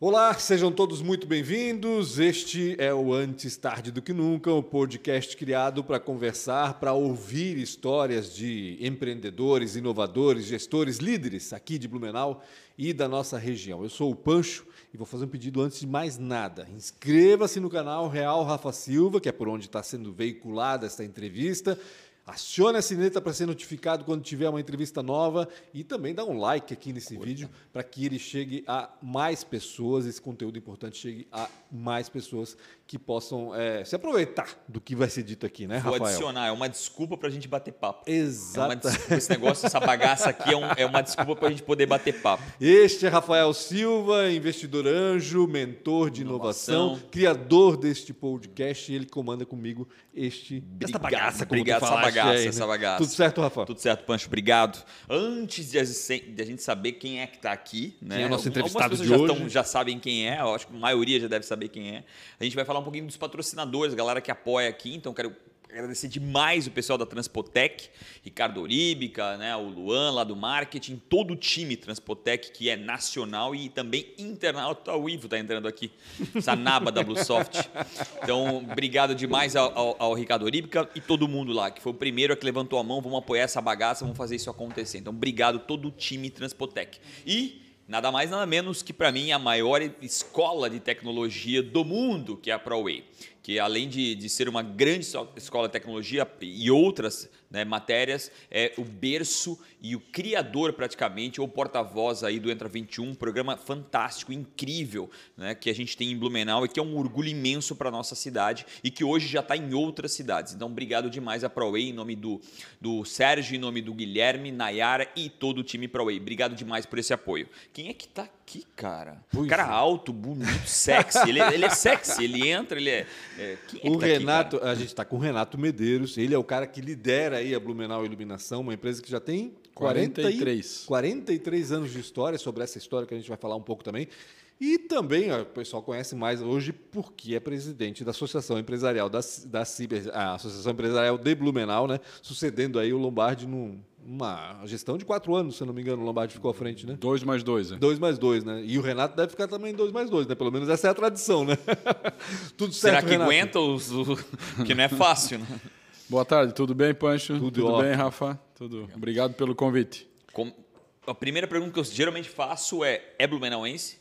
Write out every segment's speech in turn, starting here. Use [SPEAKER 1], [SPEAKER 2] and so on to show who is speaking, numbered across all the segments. [SPEAKER 1] Olá, sejam todos muito bem-vindos. Este é o Antes Tarde do Que Nunca, o um podcast criado para conversar, para ouvir histórias de empreendedores, inovadores, gestores, líderes aqui de Blumenau e da nossa região. Eu sou o Pancho e vou fazer um pedido antes de mais nada. Inscreva-se no canal Real Rafa Silva, que é por onde está sendo veiculada esta entrevista. Acione a sineta para ser notificado quando tiver uma entrevista nova e também dá um like aqui nesse Coisa. vídeo para que ele chegue a mais pessoas, esse conteúdo importante chegue a mais pessoas que possam é, se aproveitar do que vai ser dito aqui, né,
[SPEAKER 2] Vou
[SPEAKER 1] Rafael?
[SPEAKER 2] adicionar, é uma desculpa para a gente bater papo.
[SPEAKER 1] Exato.
[SPEAKER 2] É esse negócio, essa bagaça aqui é, um, é uma desculpa para a gente poder bater papo.
[SPEAKER 1] Este é Rafael Silva, investidor anjo, mentor de inovação, inovação. criador deste podcast e ele comanda comigo este,
[SPEAKER 2] Briga, esta bagaça, como Briga, tu falaste. Bagaça, aí, né? bagaça,
[SPEAKER 1] Tudo certo, Rafa?
[SPEAKER 2] Tudo certo, Pancho, obrigado. Antes de a gente saber quem é que está aqui, né?
[SPEAKER 1] Quem é o nosso entrevistado
[SPEAKER 2] de
[SPEAKER 1] já
[SPEAKER 2] hoje. Tão, já sabem quem é, eu acho que a maioria já deve saber quem é. A gente vai falar um pouquinho dos patrocinadores, a galera que apoia aqui, então quero agradecer demais o pessoal da Transpotec, Ricardo Oríbica, né, o Luan lá do marketing, todo o time Transpotec que é nacional e também internacional. tá, O Ivo está entrando aqui, essa naba da Bluesoft. Então, obrigado demais ao, ao, ao Ricardo Oríbica e todo mundo lá, que foi o primeiro a que levantou a mão, vamos apoiar essa bagaça, vamos fazer isso acontecer. Então, obrigado todo o time Transpotec. E nada mais nada menos que para mim a maior escola de tecnologia do mundo, que é a ProWay, que além de, de ser uma grande escola de tecnologia e outras né, matérias, é o berço e o criador praticamente, ou porta-voz aí do Entra 21, um programa fantástico, incrível, né, que a gente tem em Blumenau e que é um orgulho imenso para nossa cidade e que hoje já está em outras cidades. Então, obrigado demais a ProWay em nome do, do Sérgio, em nome do Guilherme, Nayara e todo o time ProWay. Obrigado demais por esse apoio. Quem é que tá aqui, cara? Pois cara é. alto, bonito, sexy. Ele, ele, é sexy, ele entra, ele é. é quem é
[SPEAKER 1] o
[SPEAKER 2] que tá
[SPEAKER 1] Renato,
[SPEAKER 2] aqui,
[SPEAKER 1] a gente está com o Renato Medeiros, ele é o cara que lidera aí a Blumenau Iluminação, uma empresa que já tem
[SPEAKER 3] 43.
[SPEAKER 1] 40, 43 anos de história, sobre essa história que a gente vai falar um pouco também. E também, ó, o pessoal conhece mais hoje porque é presidente da Associação Empresarial da, da Ciber, a Associação Empresarial de Blumenau, né? Sucedendo aí o Lombardi num, uma gestão de quatro anos, se eu não me engano, o Lombardi ficou à frente, né?
[SPEAKER 3] Dois mais dois, né?
[SPEAKER 1] Dois mais dois, né? E o Renato deve ficar também dois mais dois, né? Pelo menos essa é a tradição, né?
[SPEAKER 2] Tudo certo, Será que Renato? aguenta os... que não é fácil, né?
[SPEAKER 3] Boa tarde, tudo bem, Pancho?
[SPEAKER 1] Tudo,
[SPEAKER 3] tudo
[SPEAKER 1] ótimo.
[SPEAKER 3] bem, Rafa? Tudo. Obrigado pelo convite.
[SPEAKER 2] Com... A primeira pergunta que eu geralmente faço é, é blumenauense?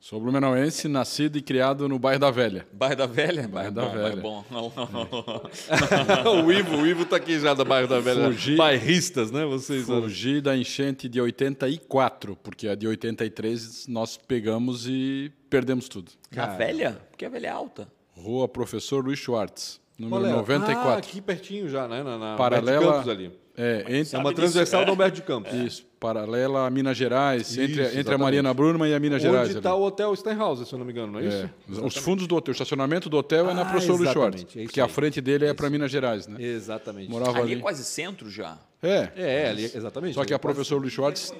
[SPEAKER 3] Sou blumenauense, nascido e criado no bairro da Velha.
[SPEAKER 2] Bairro da Velha?
[SPEAKER 3] Bairro da
[SPEAKER 2] bom,
[SPEAKER 3] Velha.
[SPEAKER 2] Bom. Não,
[SPEAKER 1] não, não. o Ivo, o Ivo tá aqui já do bairro da Velha. Fugi, Bairristas, né? Vocês
[SPEAKER 3] fugi da enchente de 84, porque a de 83 nós pegamos e perdemos tudo.
[SPEAKER 2] Cara. A Velha? Porque a Velha é alta.
[SPEAKER 3] Rua Professor Luiz Schwartz, número Olha, 94.
[SPEAKER 1] Ah, aqui pertinho já, né? Na, na
[SPEAKER 3] Paralela...
[SPEAKER 1] ali.
[SPEAKER 3] É, entre,
[SPEAKER 1] é uma transversal disso, é? do Alberto de Campos.
[SPEAKER 3] Isso, paralela a Minas Gerais, isso, entre, exatamente. entre a Mariana Bruna e a Minas
[SPEAKER 1] Onde
[SPEAKER 3] Gerais.
[SPEAKER 1] Onde está o hotel Steinhauser, se eu não me engano, não é, é. isso?
[SPEAKER 3] Exatamente. Os fundos do hotel, o estacionamento do hotel é na ah, Professor Luiz Schwartz, é porque a frente dele é para Minas Gerais, né?
[SPEAKER 1] Exatamente.
[SPEAKER 3] Morava
[SPEAKER 2] ali,
[SPEAKER 3] ali. é
[SPEAKER 2] quase centro já.
[SPEAKER 3] É.
[SPEAKER 1] É, ali, exatamente.
[SPEAKER 3] Só que a Professor Luiz Schwartz...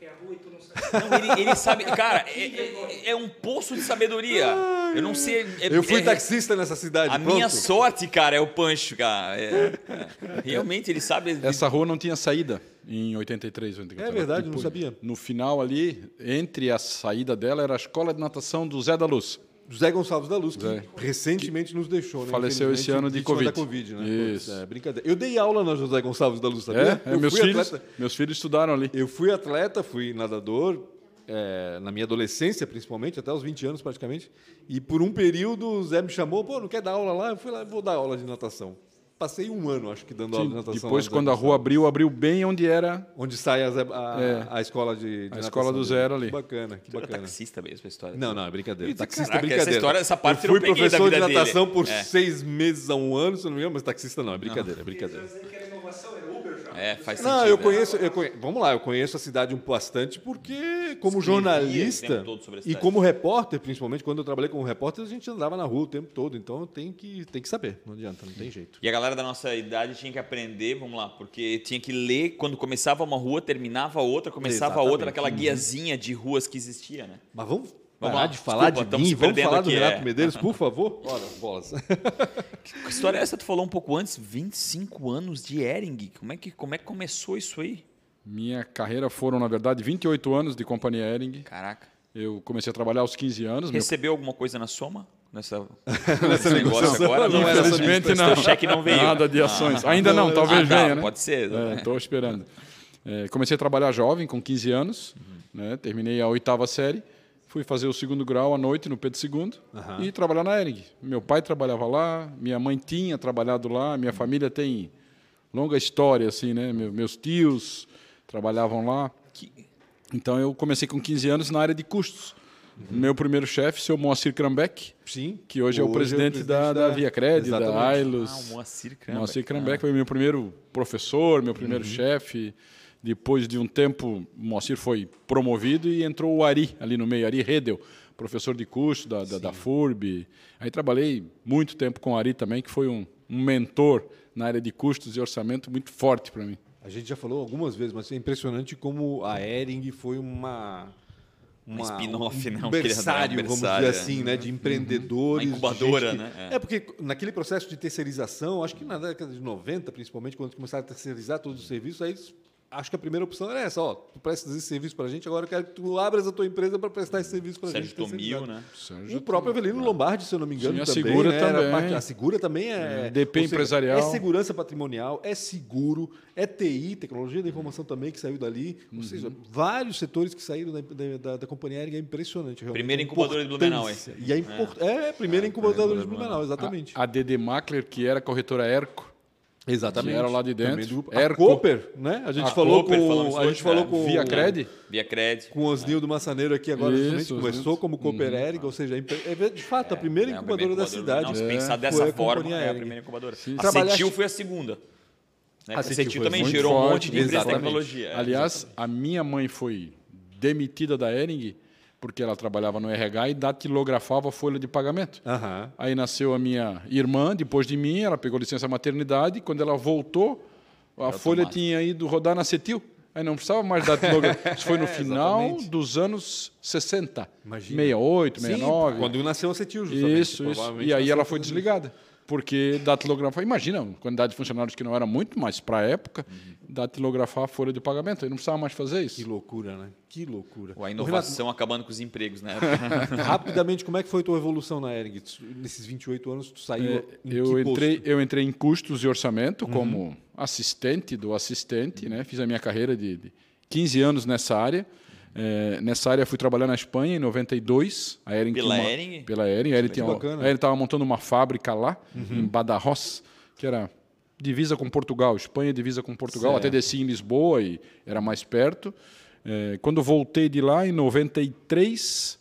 [SPEAKER 2] Não, ele, ele, sabe. Cara, é, é, um poço de sabedoria. Eu não sei. É,
[SPEAKER 1] eu fui taxista é, nessa cidade.
[SPEAKER 2] A
[SPEAKER 1] pronto.
[SPEAKER 2] minha sorte, cara, é o Pancho, cara. é, realmente, ele sabe.
[SPEAKER 3] Essa rua não tinha saída em 83, 84.
[SPEAKER 1] É verdade, Depois, não sabia.
[SPEAKER 3] No final ali, entre a saída dela, era a escola de natação do Zé da Luz.
[SPEAKER 1] José Gonçalves da Luz, que Zé, recentemente que nos deixou. Né?
[SPEAKER 3] Faleceu esse ano de Covid.
[SPEAKER 1] COVID né?
[SPEAKER 3] Isso.
[SPEAKER 1] É, brincadeira. Eu dei aula na José Gonçalves da Luz, sabia?
[SPEAKER 3] É, é meus, filhos, atleta. meus filhos estudaram ali.
[SPEAKER 1] Eu fui atleta, fui nadador, é, na minha adolescência, principalmente, até os 20 anos praticamente. E por um período o Zé me chamou, pô, não quer dar aula lá? Eu fui lá, vou dar aula de natação passei um ano, acho que, dando Sim, aula de natação.
[SPEAKER 3] Depois, quando a rua abriu, abriu bem onde era.
[SPEAKER 1] Onde sai a, a, é, a escola de, de
[SPEAKER 3] A escola do zero ali.
[SPEAKER 1] Bacana, que bacana. Era
[SPEAKER 2] taxista mesmo a história.
[SPEAKER 1] Não, não, é brincadeira.
[SPEAKER 2] E,
[SPEAKER 1] taxista
[SPEAKER 2] caraca,
[SPEAKER 1] é brincadeira.
[SPEAKER 2] Essa, história, essa parte
[SPEAKER 1] eu fui
[SPEAKER 2] eu não
[SPEAKER 1] professor de natação
[SPEAKER 2] dele.
[SPEAKER 1] por é. seis meses a um ano, se não me engano, mas taxista não, é brincadeira, não. é brincadeira.
[SPEAKER 2] É, faz
[SPEAKER 1] não,
[SPEAKER 2] sentido.
[SPEAKER 1] Não, eu conheço, eu conheço, Vamos lá, eu conheço a cidade um bastante porque, como Escrevia jornalista e como repórter, principalmente, quando eu trabalhei como repórter, a gente andava na rua o tempo todo. Então tem que, tem que saber. Não adianta, não tem jeito.
[SPEAKER 2] E a galera da nossa idade tinha que aprender, vamos lá, porque tinha que ler quando começava uma rua, terminava outra, começava Exatamente. outra, aquela guiazinha de ruas que existia, né?
[SPEAKER 1] Mas vamos Vamos Parar lá. de falar Desculpa, de mim, vamos falar do Renato é. Medeiros, por favor.
[SPEAKER 2] Ora, bolas. Que história é essa? Tu falou um pouco antes, 25 anos de Ering. Como é que, como é que começou isso aí?
[SPEAKER 3] Minha carreira foram, na verdade, 28 anos de companhia Ering.
[SPEAKER 2] Caraca.
[SPEAKER 3] Eu comecei a trabalhar aos 15 anos. meu-
[SPEAKER 2] Recebeu alguma coisa na soma? Nessa,
[SPEAKER 1] Nessa
[SPEAKER 2] nesse negócio
[SPEAKER 1] negociação,
[SPEAKER 2] agora? Não era só
[SPEAKER 3] infelizmente,
[SPEAKER 2] disso,
[SPEAKER 3] não.
[SPEAKER 2] Seu cheque não veio.
[SPEAKER 3] Nada de ações. Ainda não,
[SPEAKER 1] Não,
[SPEAKER 2] Ah,
[SPEAKER 3] talvez
[SPEAKER 2] tá,
[SPEAKER 3] venha, né?
[SPEAKER 2] Pode ser. né?
[SPEAKER 3] Estou esperando. É, comecei a trabalhar jovem, com 15 anos. né? Terminei a oitava série. Fui fazer o segundo grau à noite no Pedro II
[SPEAKER 1] Aham.
[SPEAKER 3] e trabalhar na Ering. Meu pai trabalhava lá, minha mãe tinha trabalhado lá, minha família tem longa história, assim, né? Meu- Meus tios trabalhavam lá.
[SPEAKER 2] Que-
[SPEAKER 3] Então eu comecei com 15 anos na área de custos. Meu primeiro chefe, seu Moacir Krambeck,
[SPEAKER 1] Sim.
[SPEAKER 3] que Uhum. hoje, é o presidente, da, da Via Cred, da
[SPEAKER 1] Exatamente.
[SPEAKER 3] Ailos.
[SPEAKER 2] Ah, o Moacir É. Krambeck.
[SPEAKER 3] Moacir Krambeck foi meu primeiro professor, meu primeiro chefe. Depois de um tempo, Moacir foi promovido e entrou o Ari ali no meio, Ari Redel, professor de curso da, da, da FURB. Aí trabalhei muito tempo com o Ari também, que foi um, um mentor na área de custos e orçamento muito forte para mim.
[SPEAKER 1] A gente já falou algumas vezes, mas é impressionante como a Ering foi uma.
[SPEAKER 2] Uma spin-off, né?
[SPEAKER 1] um
[SPEAKER 2] Um
[SPEAKER 1] berçário,
[SPEAKER 2] criador, um
[SPEAKER 1] vamos
[SPEAKER 2] berçário,
[SPEAKER 1] dizer assim, né? De empreendedores.
[SPEAKER 2] Uma incubadora,
[SPEAKER 1] de gente que-
[SPEAKER 2] né?
[SPEAKER 1] É. porque naquele processo de terceirização, acho que na década de 90, principalmente, quando começaram a terceirizar todos os serviços, aí eles- acho que a primeira opção era essa: ó, tu prestas esse serviço para a gente, agora eu quero que tu abras a tua empresa para prestar esse serviço para a gente.
[SPEAKER 2] Sérgio Tomil,
[SPEAKER 1] terceirizado.
[SPEAKER 2] né?
[SPEAKER 3] Sérgio
[SPEAKER 1] O próprio Avelino Lombardi, se eu não me engano,
[SPEAKER 3] né? Sim, a
[SPEAKER 1] também.
[SPEAKER 3] Segura
[SPEAKER 1] né? Era
[SPEAKER 3] também.
[SPEAKER 1] parte- a Segura também é...
[SPEAKER 3] É, DP
[SPEAKER 1] ou seja,
[SPEAKER 3] empresarial.
[SPEAKER 1] É segurança patrimonial, é seguro, é TI, tecnologia da informação também, que saiu dali.
[SPEAKER 3] Uhum.
[SPEAKER 1] Ou seja, vários setores que saíram da, da- da- da companhia aérea é impressionante. realmente.
[SPEAKER 2] Primeira
[SPEAKER 1] A
[SPEAKER 2] incubadora de Blumenau,
[SPEAKER 1] importância. E a import... é. a primeira incubadora de Blumenau, exatamente.
[SPEAKER 3] A, a DD Mackler, que era corretora Erco.
[SPEAKER 1] exatamente.
[SPEAKER 3] que era lá de dentro.
[SPEAKER 1] Também do grupo. A
[SPEAKER 3] Erco.
[SPEAKER 1] Cooper, né? A gente
[SPEAKER 3] A
[SPEAKER 1] falou
[SPEAKER 2] Cooper,
[SPEAKER 1] com...
[SPEAKER 2] falamos
[SPEAKER 1] A
[SPEAKER 2] hoje,
[SPEAKER 1] gente falou
[SPEAKER 2] né?
[SPEAKER 1] com...
[SPEAKER 3] Via Cred?
[SPEAKER 2] Via Cred.
[SPEAKER 1] Com o Osnildo Massaneiro aqui agora,
[SPEAKER 3] Isso,
[SPEAKER 1] justamente, começou
[SPEAKER 3] Osnildo. Uhum.
[SPEAKER 1] como Cooper Eric, ou seja, é impre- é de fato a primeira
[SPEAKER 2] É, a
[SPEAKER 1] incubadora da
[SPEAKER 3] né?
[SPEAKER 2] incubadora
[SPEAKER 1] cidade.
[SPEAKER 2] do Blumenau, Se pensar
[SPEAKER 1] É.
[SPEAKER 2] dessa
[SPEAKER 1] Foi a
[SPEAKER 2] forma,
[SPEAKER 1] companhia
[SPEAKER 2] é a
[SPEAKER 1] aérea.
[SPEAKER 2] primeira incubadora.
[SPEAKER 3] Sim.
[SPEAKER 2] A
[SPEAKER 1] Trabalhaste-
[SPEAKER 2] Cetil foi a segunda. né? A
[SPEAKER 1] A Cetil
[SPEAKER 2] Cetil
[SPEAKER 1] foi
[SPEAKER 2] também
[SPEAKER 3] muito
[SPEAKER 2] gerou um monte
[SPEAKER 3] forte,
[SPEAKER 2] de empresa de
[SPEAKER 1] exatamente.
[SPEAKER 2] tecnologia. é.
[SPEAKER 3] Aliás, a minha mãe foi demitida da Ering porque ela trabalhava no RH e datilografava a folha de pagamento.
[SPEAKER 1] Aham.
[SPEAKER 3] Aí nasceu a minha irmã, depois de mim, ela pegou licença maternidade. Quando ela voltou, a folha
[SPEAKER 2] automático.
[SPEAKER 3] tinha ido rodar na Cetil. Aí não precisava mais dar datilografia. Isso foi no
[SPEAKER 1] É,
[SPEAKER 3] final
[SPEAKER 1] exatamente.
[SPEAKER 3] dos anos 60.
[SPEAKER 1] Imagina.
[SPEAKER 3] 68, 69.
[SPEAKER 1] Sim, quando nasceu a Cetil, justamente.
[SPEAKER 3] Isso, isso.
[SPEAKER 1] Provavelmente
[SPEAKER 3] E aí
[SPEAKER 1] nasceu
[SPEAKER 3] ela foi
[SPEAKER 1] fazendo
[SPEAKER 3] desligada. Porque datilografar, imagina, a quantidade de funcionários que não era muito, mas para a época,
[SPEAKER 1] Uhum.
[SPEAKER 3] datilografar a folha de pagamento, aí não precisava mais fazer
[SPEAKER 1] isso. Que
[SPEAKER 3] isso.
[SPEAKER 1] loucura, né? Que loucura.
[SPEAKER 2] Ou a inovação acabando com os empregos, né?
[SPEAKER 1] Ô, Renato, rapidamente, como é que foi a tua evolução na Ering? Tu- Nesses 28 anos, tu saiu em que
[SPEAKER 3] É, Eu
[SPEAKER 1] posto? Uhum.
[SPEAKER 3] entrei, eu entrei em custos e orçamento como assistente do assistente, né? fiz a minha carreira de, de 15 anos nessa área. É, nessa área fui trabalhar na Espanha em 92. A Ering
[SPEAKER 2] Pela
[SPEAKER 3] tinha uma-
[SPEAKER 2] Ering?
[SPEAKER 3] Pela Ering. A Ering tinha uma-
[SPEAKER 1] bacana.
[SPEAKER 3] a Ering estava montando uma fábrica lá,
[SPEAKER 1] Uhum.
[SPEAKER 3] em Badajoz, que era divisa com Portugal. Espanha divisa com Portugal. Até desci em Lisboa e era mais perto. É, quando voltei de lá, em 93,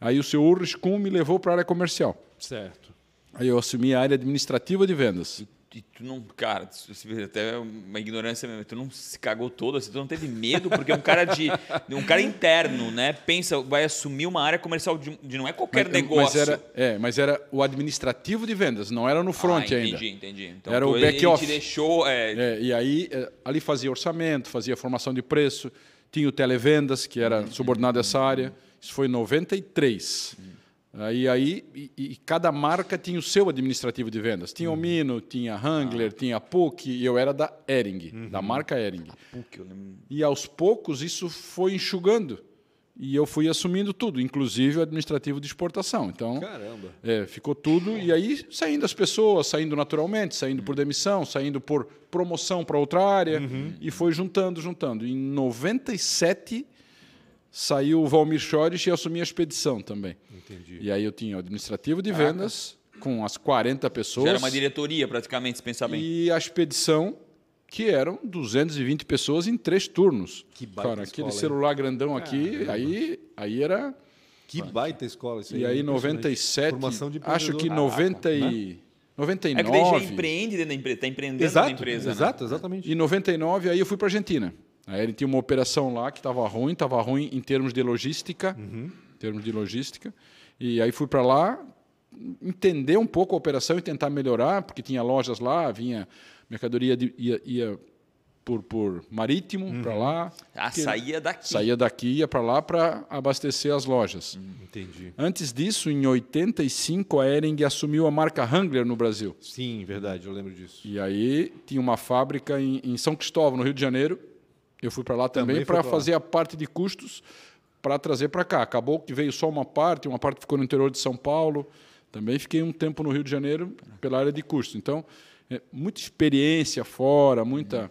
[SPEAKER 3] aí o seu Urris Kuhn me levou para a área comercial.
[SPEAKER 1] Certo.
[SPEAKER 3] Aí eu assumi a área administrativa de vendas.
[SPEAKER 2] E tu não, cara, isso- isso até é uma ignorância mesmo. Tu não se cagou todo, assim, tu não teve medo, porque um cara de. Um cara interno, né? Pensa, vai assumir uma área comercial de, de não é qualquer negócio.
[SPEAKER 3] era, é, mas era o administrativo de vendas, não era no front
[SPEAKER 2] ah,
[SPEAKER 3] ainda.
[SPEAKER 2] entendi, entendi. Então,
[SPEAKER 3] Era
[SPEAKER 2] tu-
[SPEAKER 3] o
[SPEAKER 2] ele- ele
[SPEAKER 3] back-off.
[SPEAKER 2] te deixou. é,
[SPEAKER 3] É, e aí é, ali fazia orçamento, fazia formação de preço, tinha o televendas, que era subordinado a essa área. Isso foi em 93. Aí, aí e, e cada marca tinha o seu administrativo de vendas. Tinha o Mino, tinha a Wrangler,
[SPEAKER 2] Ah.
[SPEAKER 3] tinha a PUC, e eu era da Ering, da marca Ering.
[SPEAKER 2] pô, que Uhum. eu lembro-
[SPEAKER 3] E aos poucos isso foi enxugando. E eu fui assumindo tudo, inclusive o administrativo de exportação. Então,
[SPEAKER 1] Caramba.
[SPEAKER 3] é, ficou tudo. E aí saindo as pessoas, saindo naturalmente, saindo por demissão, saindo por promoção para outra área. E foi juntando, juntando. Em 97 saiu o Valmir Chores e eu assumi a expedição também.
[SPEAKER 1] Entendi.
[SPEAKER 3] E aí eu tinha o administrativo de vendas com as 40 pessoas.
[SPEAKER 2] Já era uma diretoria, praticamente, se pensar bem.
[SPEAKER 3] E a expedição, que eram 220 pessoas em três turnos.
[SPEAKER 1] Que baita
[SPEAKER 3] Cara,
[SPEAKER 1] escola,
[SPEAKER 3] aquele celular grandão aqui, aí, aí era.
[SPEAKER 1] Que baita escola isso é
[SPEAKER 3] E aí,
[SPEAKER 1] impressionante.
[SPEAKER 3] 97.
[SPEAKER 1] Formação de
[SPEAKER 3] Acho que
[SPEAKER 1] empreendedor.
[SPEAKER 2] Ah,
[SPEAKER 3] 90
[SPEAKER 1] Caraca, né?
[SPEAKER 3] e,
[SPEAKER 2] É que daí já
[SPEAKER 3] 99.
[SPEAKER 2] empreende dentro da empresa, tá empreendendo
[SPEAKER 1] Exato,
[SPEAKER 2] na empresa. né?
[SPEAKER 1] exato, exatamente.
[SPEAKER 3] E 99, aí eu fui para Argentina. Aí ele tinha uma operação lá que estava ruim, estava ruim em termos de logística,
[SPEAKER 1] Uhum.
[SPEAKER 3] em termos de logística. E aí fui para lá entender um pouco a operação e tentar melhorar, porque tinha lojas lá, vinha mercadoria de- ia, ia por, por marítimo
[SPEAKER 1] Uhum.
[SPEAKER 3] para lá,
[SPEAKER 2] Ah,
[SPEAKER 3] Porque-
[SPEAKER 2] saía daqui.
[SPEAKER 3] saía daqui ia para lá para abastecer as lojas.
[SPEAKER 2] Uhum.
[SPEAKER 1] Entendi.
[SPEAKER 3] Antes disso, em 85, a Hering assumiu a marca Hangler no Brasil.
[SPEAKER 1] Sim, verdade, eu lembro disso.
[SPEAKER 3] E aí tinha uma fábrica em, em São Cristóvão, no Rio de Janeiro. Eu fui para lá também,
[SPEAKER 1] Também foi
[SPEAKER 3] para
[SPEAKER 1] pra lá.
[SPEAKER 3] fazer a parte de custos, para trazer para cá. Acabou que veio só uma parte, uma parte ficou no interior de São Paulo. Também fiquei um tempo no Rio de Janeiro pela área de custo. Então, é, muita experiência fora, muita.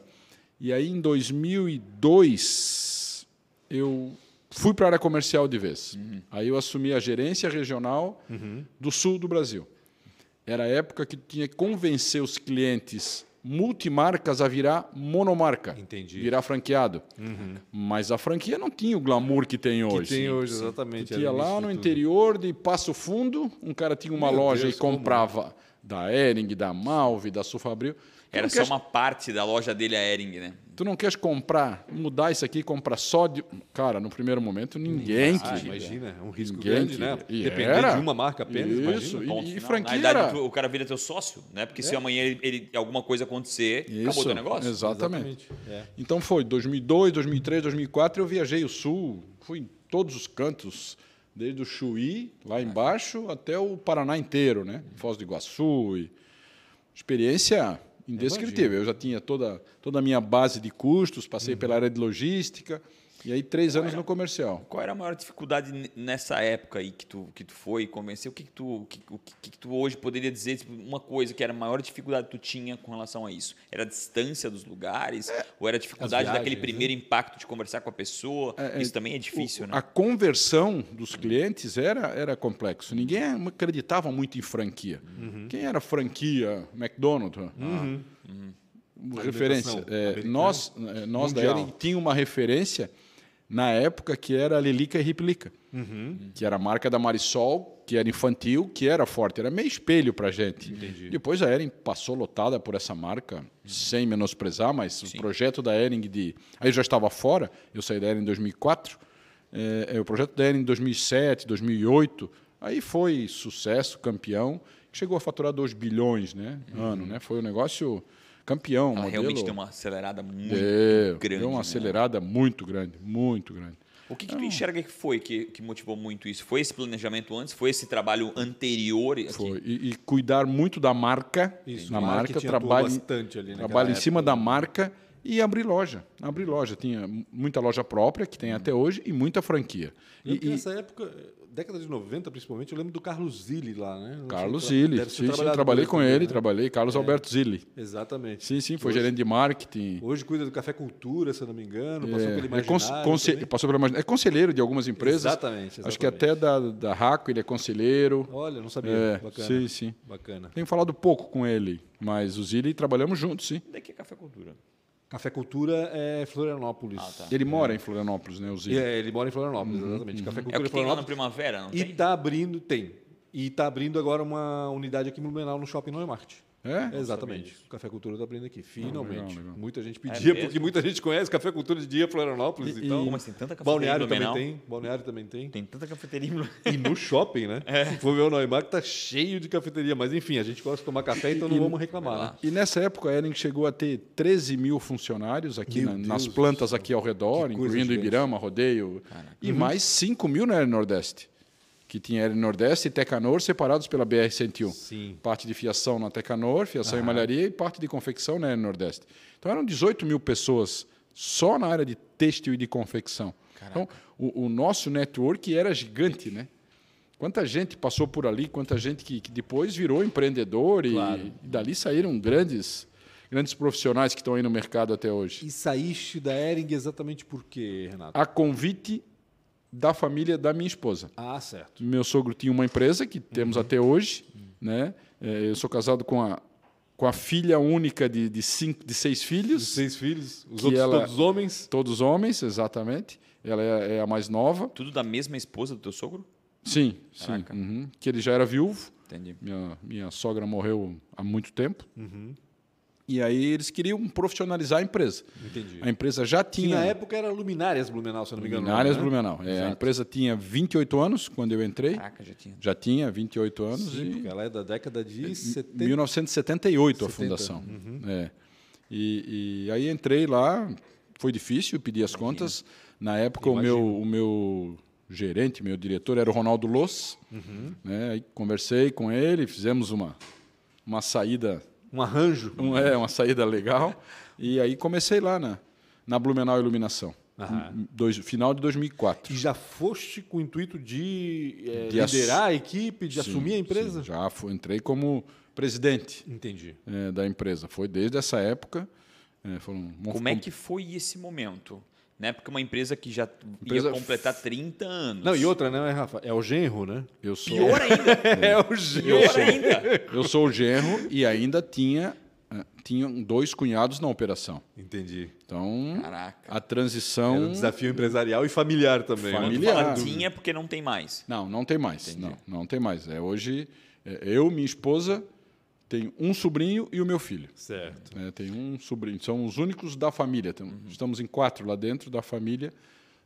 [SPEAKER 3] E aí, em 2002, eu fui para a área comercial de vez. Aí eu assumi a gerência regional do sul do Brasil. Era a época que tinha que convencer os clientes multimarcas a virar monomarca.
[SPEAKER 1] Entendi. Uhum.
[SPEAKER 3] Virar franqueado. Mas a franquia não tinha o glamour que tem
[SPEAKER 1] Que
[SPEAKER 3] hoje.
[SPEAKER 1] tem hoje, exatamente.
[SPEAKER 3] Tu
[SPEAKER 1] era
[SPEAKER 3] ia
[SPEAKER 1] o início
[SPEAKER 3] lá
[SPEAKER 1] de
[SPEAKER 3] no
[SPEAKER 1] tudo.
[SPEAKER 3] interior de Passo Fundo, um cara tinha uma
[SPEAKER 1] Meu
[SPEAKER 3] loja
[SPEAKER 1] Deus,
[SPEAKER 3] e
[SPEAKER 1] como?
[SPEAKER 3] comprava da Ering, da Malve, da Sufabril. Tu
[SPEAKER 2] Era
[SPEAKER 3] não
[SPEAKER 2] só
[SPEAKER 3] queres-
[SPEAKER 2] uma parte da loja dele, a Ering, né?
[SPEAKER 3] Tu não queres comprar, mudar isso aqui e comprar só de. Cara, no primeiro momento, ninguém
[SPEAKER 1] Ah,
[SPEAKER 3] queria.
[SPEAKER 1] imagina, é um risco
[SPEAKER 3] Ninguém
[SPEAKER 1] grande, né?
[SPEAKER 3] queria. E
[SPEAKER 1] Depender
[SPEAKER 3] era.
[SPEAKER 1] de uma marca apenas,
[SPEAKER 3] Isso,
[SPEAKER 1] imagina. um
[SPEAKER 3] e, e
[SPEAKER 2] final.
[SPEAKER 3] franquia
[SPEAKER 2] Na idade,
[SPEAKER 3] era- É.
[SPEAKER 2] tu- o cara vira teu sócio, né? Porque se amanhã ele, ele- alguma coisa acontecer, acabou teu negócio.
[SPEAKER 3] Exatamente.
[SPEAKER 1] É.
[SPEAKER 3] Então foi 2002, 2003, 2004 eu viajei o sul, fui em todos os cantos, desde o Chuí, lá embaixo, até o Paraná inteiro, né? Foz do Iguaçu. e- Experiência indescritível. Eu já tinha toda, toda a minha base de custos, passei pela área de logística e aí três anos no comercial.
[SPEAKER 2] Qual era a maior dificuldade n- nessa época aí que tu, que tu foi e convenceu? O que, que tu, o que, o que que tu hoje poderia dizer? tipo, uma coisa que era a maior dificuldade que tu tinha com relação a isso? Era a distância dos lugares?
[SPEAKER 3] É,
[SPEAKER 2] Ou era a dificuldade
[SPEAKER 1] viagens,
[SPEAKER 2] daquele primeiro impacto de conversar com a pessoa?
[SPEAKER 3] né? É, é,
[SPEAKER 2] isso também é difícil,
[SPEAKER 3] o-
[SPEAKER 2] né?
[SPEAKER 3] A conversão dos clientes era, era complexo. Ninguém acreditava muito em franquia.
[SPEAKER 1] Uhum.
[SPEAKER 3] Quem era franquia? McDonald's? né? Ah. Referência.
[SPEAKER 1] Uhum. Alimentação
[SPEAKER 3] É,
[SPEAKER 1] americana.
[SPEAKER 3] nós é, nós da
[SPEAKER 1] Mundial.
[SPEAKER 3] Ering tinha uma referência na época que era a Lelica e Riplica, que era a marca da Marisol, que era infantil, que era forte. Era meio espelho para gente. Depois a Ering passou lotada por essa marca, sem menosprezar, mas o projeto da Ering de... Aí eu já estava fora, eu saí da Ering em 2004. É, é, o projeto da Ering em 2007, 2008. Aí foi sucesso, campeão. Chegou a faturar 2 bilhões né, ano. Né? Foi um negócio campeão.
[SPEAKER 2] Ela
[SPEAKER 3] modelo...
[SPEAKER 2] Uhum. Ah, realmente deu uma acelerada muito
[SPEAKER 3] Deu,
[SPEAKER 2] grande.
[SPEAKER 3] deu uma
[SPEAKER 2] né?
[SPEAKER 3] acelerada muito grande, muito grande.
[SPEAKER 2] O que, que tu enxerga que foi que, que motivou muito isso? Foi esse planejamento antes? Foi esse trabalho anterior? Assim, aqui?
[SPEAKER 3] Foi. E, e cuidar muito da marca,
[SPEAKER 1] Isso,
[SPEAKER 3] na
[SPEAKER 1] o marketing
[SPEAKER 3] marca,
[SPEAKER 1] atuou
[SPEAKER 3] trabalho,
[SPEAKER 1] bastante ali naquela
[SPEAKER 3] trabalho em
[SPEAKER 1] época. né?
[SPEAKER 3] cima da marca e abrir loja. Abrir loja. Tinha muita loja própria, que tem até hoje, e muita franquia.
[SPEAKER 1] Eu lembro
[SPEAKER 3] E-
[SPEAKER 1] Uhum. que é
[SPEAKER 3] e-
[SPEAKER 1] nessa época, década de 90 principalmente, eu lembro do Carlos Zilli lá, né? Eu
[SPEAKER 3] Carlos
[SPEAKER 1] tra-
[SPEAKER 3] Zilli,
[SPEAKER 1] deve ter
[SPEAKER 3] sim, sim,
[SPEAKER 1] trabalhado
[SPEAKER 3] trabalhei com
[SPEAKER 1] também,
[SPEAKER 3] ele,
[SPEAKER 1] né?
[SPEAKER 3] trabalhei. Carlos Alberto Zilli.
[SPEAKER 1] Exatamente.
[SPEAKER 3] Sim, sim, foi
[SPEAKER 1] Hoje-
[SPEAKER 3] gerente de marketing.
[SPEAKER 1] Hoje cuida do Café Cultura, se eu não me engano, passou pelo
[SPEAKER 3] É, é cons-
[SPEAKER 1] Imaginário
[SPEAKER 3] conse-
[SPEAKER 1] também.
[SPEAKER 3] passou pela imagina- é conselheiro de algumas empresas.
[SPEAKER 1] Exatamente,
[SPEAKER 3] Acho que
[SPEAKER 1] exatamente.
[SPEAKER 3] até da, da Raco ele é conselheiro.
[SPEAKER 1] Olha, não sabia.
[SPEAKER 3] É,
[SPEAKER 1] Bacana.
[SPEAKER 3] sim, sim.
[SPEAKER 1] Bacana.
[SPEAKER 3] Tenho falado pouco com ele, mas o Zilli trabalhamos juntos, sim.
[SPEAKER 2] Onde é que é Café Cultura?
[SPEAKER 1] Café Cultura é Florianópolis.
[SPEAKER 2] Ah, tá.
[SPEAKER 3] Ele mora em Florianópolis, né, o
[SPEAKER 1] E,
[SPEAKER 3] Zilli?
[SPEAKER 1] é, ele mora em
[SPEAKER 3] Uhum,
[SPEAKER 1] Florianópolis, exatamente. Café
[SPEAKER 2] É o
[SPEAKER 1] Cultura
[SPEAKER 2] que tem lá na
[SPEAKER 1] Florianópolis.
[SPEAKER 2] Primavera, não
[SPEAKER 1] E
[SPEAKER 2] tem?
[SPEAKER 1] está abrindo, tem. E está abrindo agora uma unidade aqui em Blumenau, no Shopping Noemart.
[SPEAKER 3] É?
[SPEAKER 1] Exatamente. O Café Cultura está abrindo aqui, finalmente.
[SPEAKER 3] legal, legal.
[SPEAKER 1] Muita gente
[SPEAKER 2] É
[SPEAKER 1] pedia,
[SPEAKER 2] mesmo?
[SPEAKER 1] porque muita gente conhece Café Cultura de dia Florianópolis.
[SPEAKER 3] E-
[SPEAKER 1] então,
[SPEAKER 2] Como assim? Tanta cafeteria
[SPEAKER 1] Balneário
[SPEAKER 2] em
[SPEAKER 1] também
[SPEAKER 2] Blumenau?
[SPEAKER 1] tem. Balneário também tem.
[SPEAKER 2] Tem tanta cafeteria em Blumenau.
[SPEAKER 1] E no shopping, né? Se for ver o Noemar, que tá cheio de cafeteria. Mas enfim, a gente gosta de tomar café, então não vamos reclamar, né?
[SPEAKER 3] E nessa época a Ering chegou a ter 13 mil funcionários aqui
[SPEAKER 1] Meu
[SPEAKER 3] na-
[SPEAKER 1] Deus
[SPEAKER 3] nas
[SPEAKER 1] do
[SPEAKER 3] plantas aqui ao redor,
[SPEAKER 1] Que coisa
[SPEAKER 3] incluindo
[SPEAKER 1] gigante. Uhum.
[SPEAKER 3] Ibirama, Rodeio, e mais 5 mil na Ering Nordeste, que tinha Ering Nordeste e Tecanor separados pela BR-101.
[SPEAKER 1] Sim.
[SPEAKER 3] Parte de fiação na Tecanor, fiação em malharia e parte de confecção na Ering Nordeste. Então eram 18 mil pessoas só na área de têxtil e de confecção. Então o, o nosso network era gigante, né? Quanta gente passou por ali, quanta gente que, que depois virou empreendedor e,
[SPEAKER 1] Claro.
[SPEAKER 3] e dali saíram grandes, grandes profissionais que estão aí no mercado até hoje.
[SPEAKER 1] E saíste da Ering exatamente por quê, Renato?
[SPEAKER 3] A convite da família da minha esposa.
[SPEAKER 1] Ah, certo.
[SPEAKER 3] Meu sogro tinha uma empresa que temos
[SPEAKER 1] Uhum.
[SPEAKER 3] até hoje, né? É, Eu sou casado com a, com a filha única de, de, cinco, de seis
[SPEAKER 1] Os
[SPEAKER 3] filhos,
[SPEAKER 1] seis filhos, os
[SPEAKER 3] Que
[SPEAKER 1] outros
[SPEAKER 3] ela-
[SPEAKER 1] todos homens.
[SPEAKER 3] todos homens, exatamente. Ela é, é a mais nova.
[SPEAKER 2] Tudo da mesma esposa do teu sogro?
[SPEAKER 3] Sim, sim.
[SPEAKER 2] Caraca.
[SPEAKER 3] uhum. Que ele já era viúvo.
[SPEAKER 2] Entendi.
[SPEAKER 3] Minha, minha sogra morreu há muito tempo.
[SPEAKER 1] Uhum.
[SPEAKER 3] E aí eles queriam profissionalizar a empresa.
[SPEAKER 1] Entendi.
[SPEAKER 3] A empresa já
[SPEAKER 1] Que na
[SPEAKER 3] tinha.
[SPEAKER 1] época era Luminárias Blumenau, se eu não me engano.
[SPEAKER 3] Luminárias
[SPEAKER 1] né?
[SPEAKER 3] Blumenau. É, a
[SPEAKER 1] Exato. Ah.
[SPEAKER 3] empresa tinha 28 anos quando eu entrei.
[SPEAKER 2] Caraca, já tinha.
[SPEAKER 3] Já tinha 28 anos.
[SPEAKER 1] Sim,
[SPEAKER 3] e
[SPEAKER 1] porque ela é da década de 70.
[SPEAKER 3] 1978 a
[SPEAKER 1] 70,
[SPEAKER 3] fundação.
[SPEAKER 1] Uhum.
[SPEAKER 3] É. E, e aí entrei lá, foi difícil, pedi as contas. Na época, o meu, o meu gerente, meu diretor, era o Ronaldo Loss.
[SPEAKER 1] Uhum.
[SPEAKER 3] Né? Aí conversei com ele, fizemos uma, uma saída
[SPEAKER 1] Um arranjo.
[SPEAKER 3] um- é, uma saída legal. E aí comecei lá na, na Blumenau Iluminação.
[SPEAKER 1] Aham.
[SPEAKER 3] Em dois- final de 2004.
[SPEAKER 1] E já foste com o intuito de, eh,
[SPEAKER 3] De ass-
[SPEAKER 1] liderar a equipe, de
[SPEAKER 3] Sim,
[SPEAKER 1] assumir a empresa?
[SPEAKER 3] sim, já fui, entrei como presidente
[SPEAKER 1] Entendi.
[SPEAKER 3] eh, da empresa. Foi desde essa época. eh, foram,
[SPEAKER 2] Como é que foi esse momento? Né? Porque uma empresa que já
[SPEAKER 3] Empresa
[SPEAKER 2] ia completar 30 anos.
[SPEAKER 1] Não, e outra, não é, Rafa? É o genro, né?
[SPEAKER 3] Eu sou,
[SPEAKER 2] Pior ainda.
[SPEAKER 1] É, o genro.
[SPEAKER 2] Pior ainda.
[SPEAKER 3] eu sou o genro e ainda tinha eh, tinham dois cunhados na operação.
[SPEAKER 1] Entendi.
[SPEAKER 3] Então,
[SPEAKER 2] Caraca.
[SPEAKER 3] a
[SPEAKER 1] Era
[SPEAKER 3] transição...
[SPEAKER 1] um desafio empresarial e familiar também. né?
[SPEAKER 3] Família.
[SPEAKER 2] Quando
[SPEAKER 3] Familiar.
[SPEAKER 2] fala tinha, porque não tem mais.
[SPEAKER 3] Não, não tem mais. Não, não tem mais. É hoje, é, eu, minha esposa, tenho um sobrinho e o meu filho.
[SPEAKER 1] Certo.
[SPEAKER 3] É, tem um sobrinho. São os únicos da família. Tem- um,
[SPEAKER 2] Uhum.
[SPEAKER 3] Estamos em quatro lá dentro da família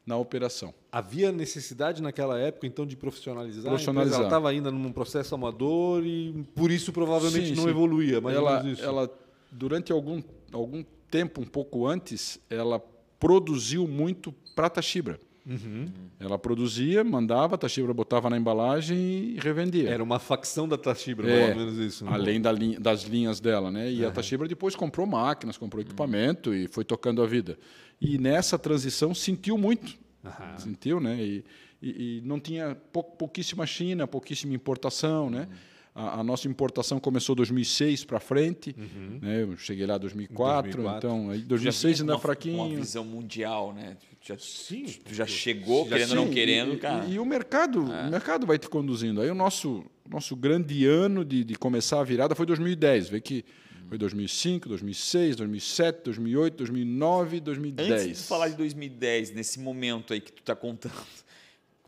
[SPEAKER 3] na operação.
[SPEAKER 1] Havia necessidade naquela época, então, de profissionalizar?
[SPEAKER 3] Profissionalizar.
[SPEAKER 1] Ela estava ainda num processo amador e por isso provavelmente
[SPEAKER 3] Sim,
[SPEAKER 1] não
[SPEAKER 3] sim.
[SPEAKER 1] evoluía, mas
[SPEAKER 3] ela,
[SPEAKER 1] menos isso.
[SPEAKER 3] ela, durante algum, algum tempo, um pouco antes, ela produziu muito para Tachibra.
[SPEAKER 1] Uhum.
[SPEAKER 3] Ela produzia, mandava, a Tachibra botava na embalagem e revendia.
[SPEAKER 1] Era uma facção da Tachibra,
[SPEAKER 3] É,
[SPEAKER 1] pelo menos isso. né?
[SPEAKER 3] Além da linha- das linhas dela, né?
[SPEAKER 2] É.
[SPEAKER 3] E a Tachibra depois comprou máquinas, comprou
[SPEAKER 2] Hum.
[SPEAKER 3] equipamento e foi tocando a vida. E nessa transição sentiu muito.
[SPEAKER 1] Aham.
[SPEAKER 3] Sentiu, né? E, e- e não tinha pou, pouquíssima China, pouquíssima importação, né?
[SPEAKER 2] Hum.
[SPEAKER 3] A, a nossa importação começou 2006 para frente,
[SPEAKER 2] Uhum.
[SPEAKER 3] né? Eu cheguei lá 2004,
[SPEAKER 1] 2004.
[SPEAKER 3] então aí
[SPEAKER 2] Já
[SPEAKER 3] 2006
[SPEAKER 2] vinha
[SPEAKER 3] ainda
[SPEAKER 2] com uma,
[SPEAKER 3] fraquinho.
[SPEAKER 2] Uma visão mundial, né? Tu Já,
[SPEAKER 1] Sim.
[SPEAKER 2] tu já chegou, querendo ou
[SPEAKER 3] Sim,
[SPEAKER 2] não querendo,
[SPEAKER 3] e,
[SPEAKER 2] cara. É.
[SPEAKER 3] E, e o mercado, o mercado vai te conduzindo. Aí o nosso, nosso grande ano de, de começar a virada foi 2010. Vê que foi 2005, 2006, 2007, 2008, 2009, 2010.
[SPEAKER 2] Antes de falar de 2010, nesse momento aí que tu tá contando,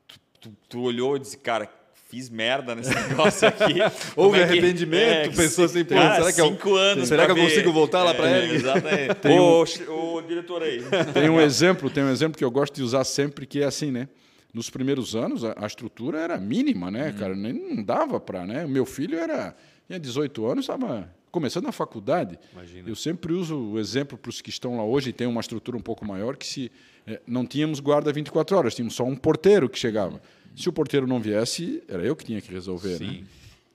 [SPEAKER 2] tu, tu- tu olhou e disse, cara, fiz merda nesse negócio aqui. Como
[SPEAKER 1] Houve
[SPEAKER 2] é que-
[SPEAKER 1] arrependimento,
[SPEAKER 2] é,
[SPEAKER 1] pensou assim, pô,
[SPEAKER 2] cara,
[SPEAKER 1] será que eu,
[SPEAKER 2] cinco anos
[SPEAKER 1] será que
[SPEAKER 2] pra
[SPEAKER 1] eu consigo
[SPEAKER 2] ver.
[SPEAKER 1] voltar lá para
[SPEAKER 2] É,
[SPEAKER 1] ela?
[SPEAKER 2] Exatamente.
[SPEAKER 1] um
[SPEAKER 3] Tem
[SPEAKER 2] Ô, che- ô, diretor aí.
[SPEAKER 3] Tem um exemplo, tem um exemplo que eu gosto de usar sempre que é assim, né? Nos primeiros anos a, a estrutura era mínima, né, cara? Nem não dava para, né? O meu filho era tinha 18 anos, estava começando na faculdade.
[SPEAKER 1] Imagina.
[SPEAKER 3] Eu sempre uso o exemplo para os que estão lá hoje e têm uma estrutura um pouco maior que se eh, não tínhamos guarda 24 horas, tínhamos só um porteiro que chegava. Se o porteiro não viesse, era eu que tinha que resolver, né?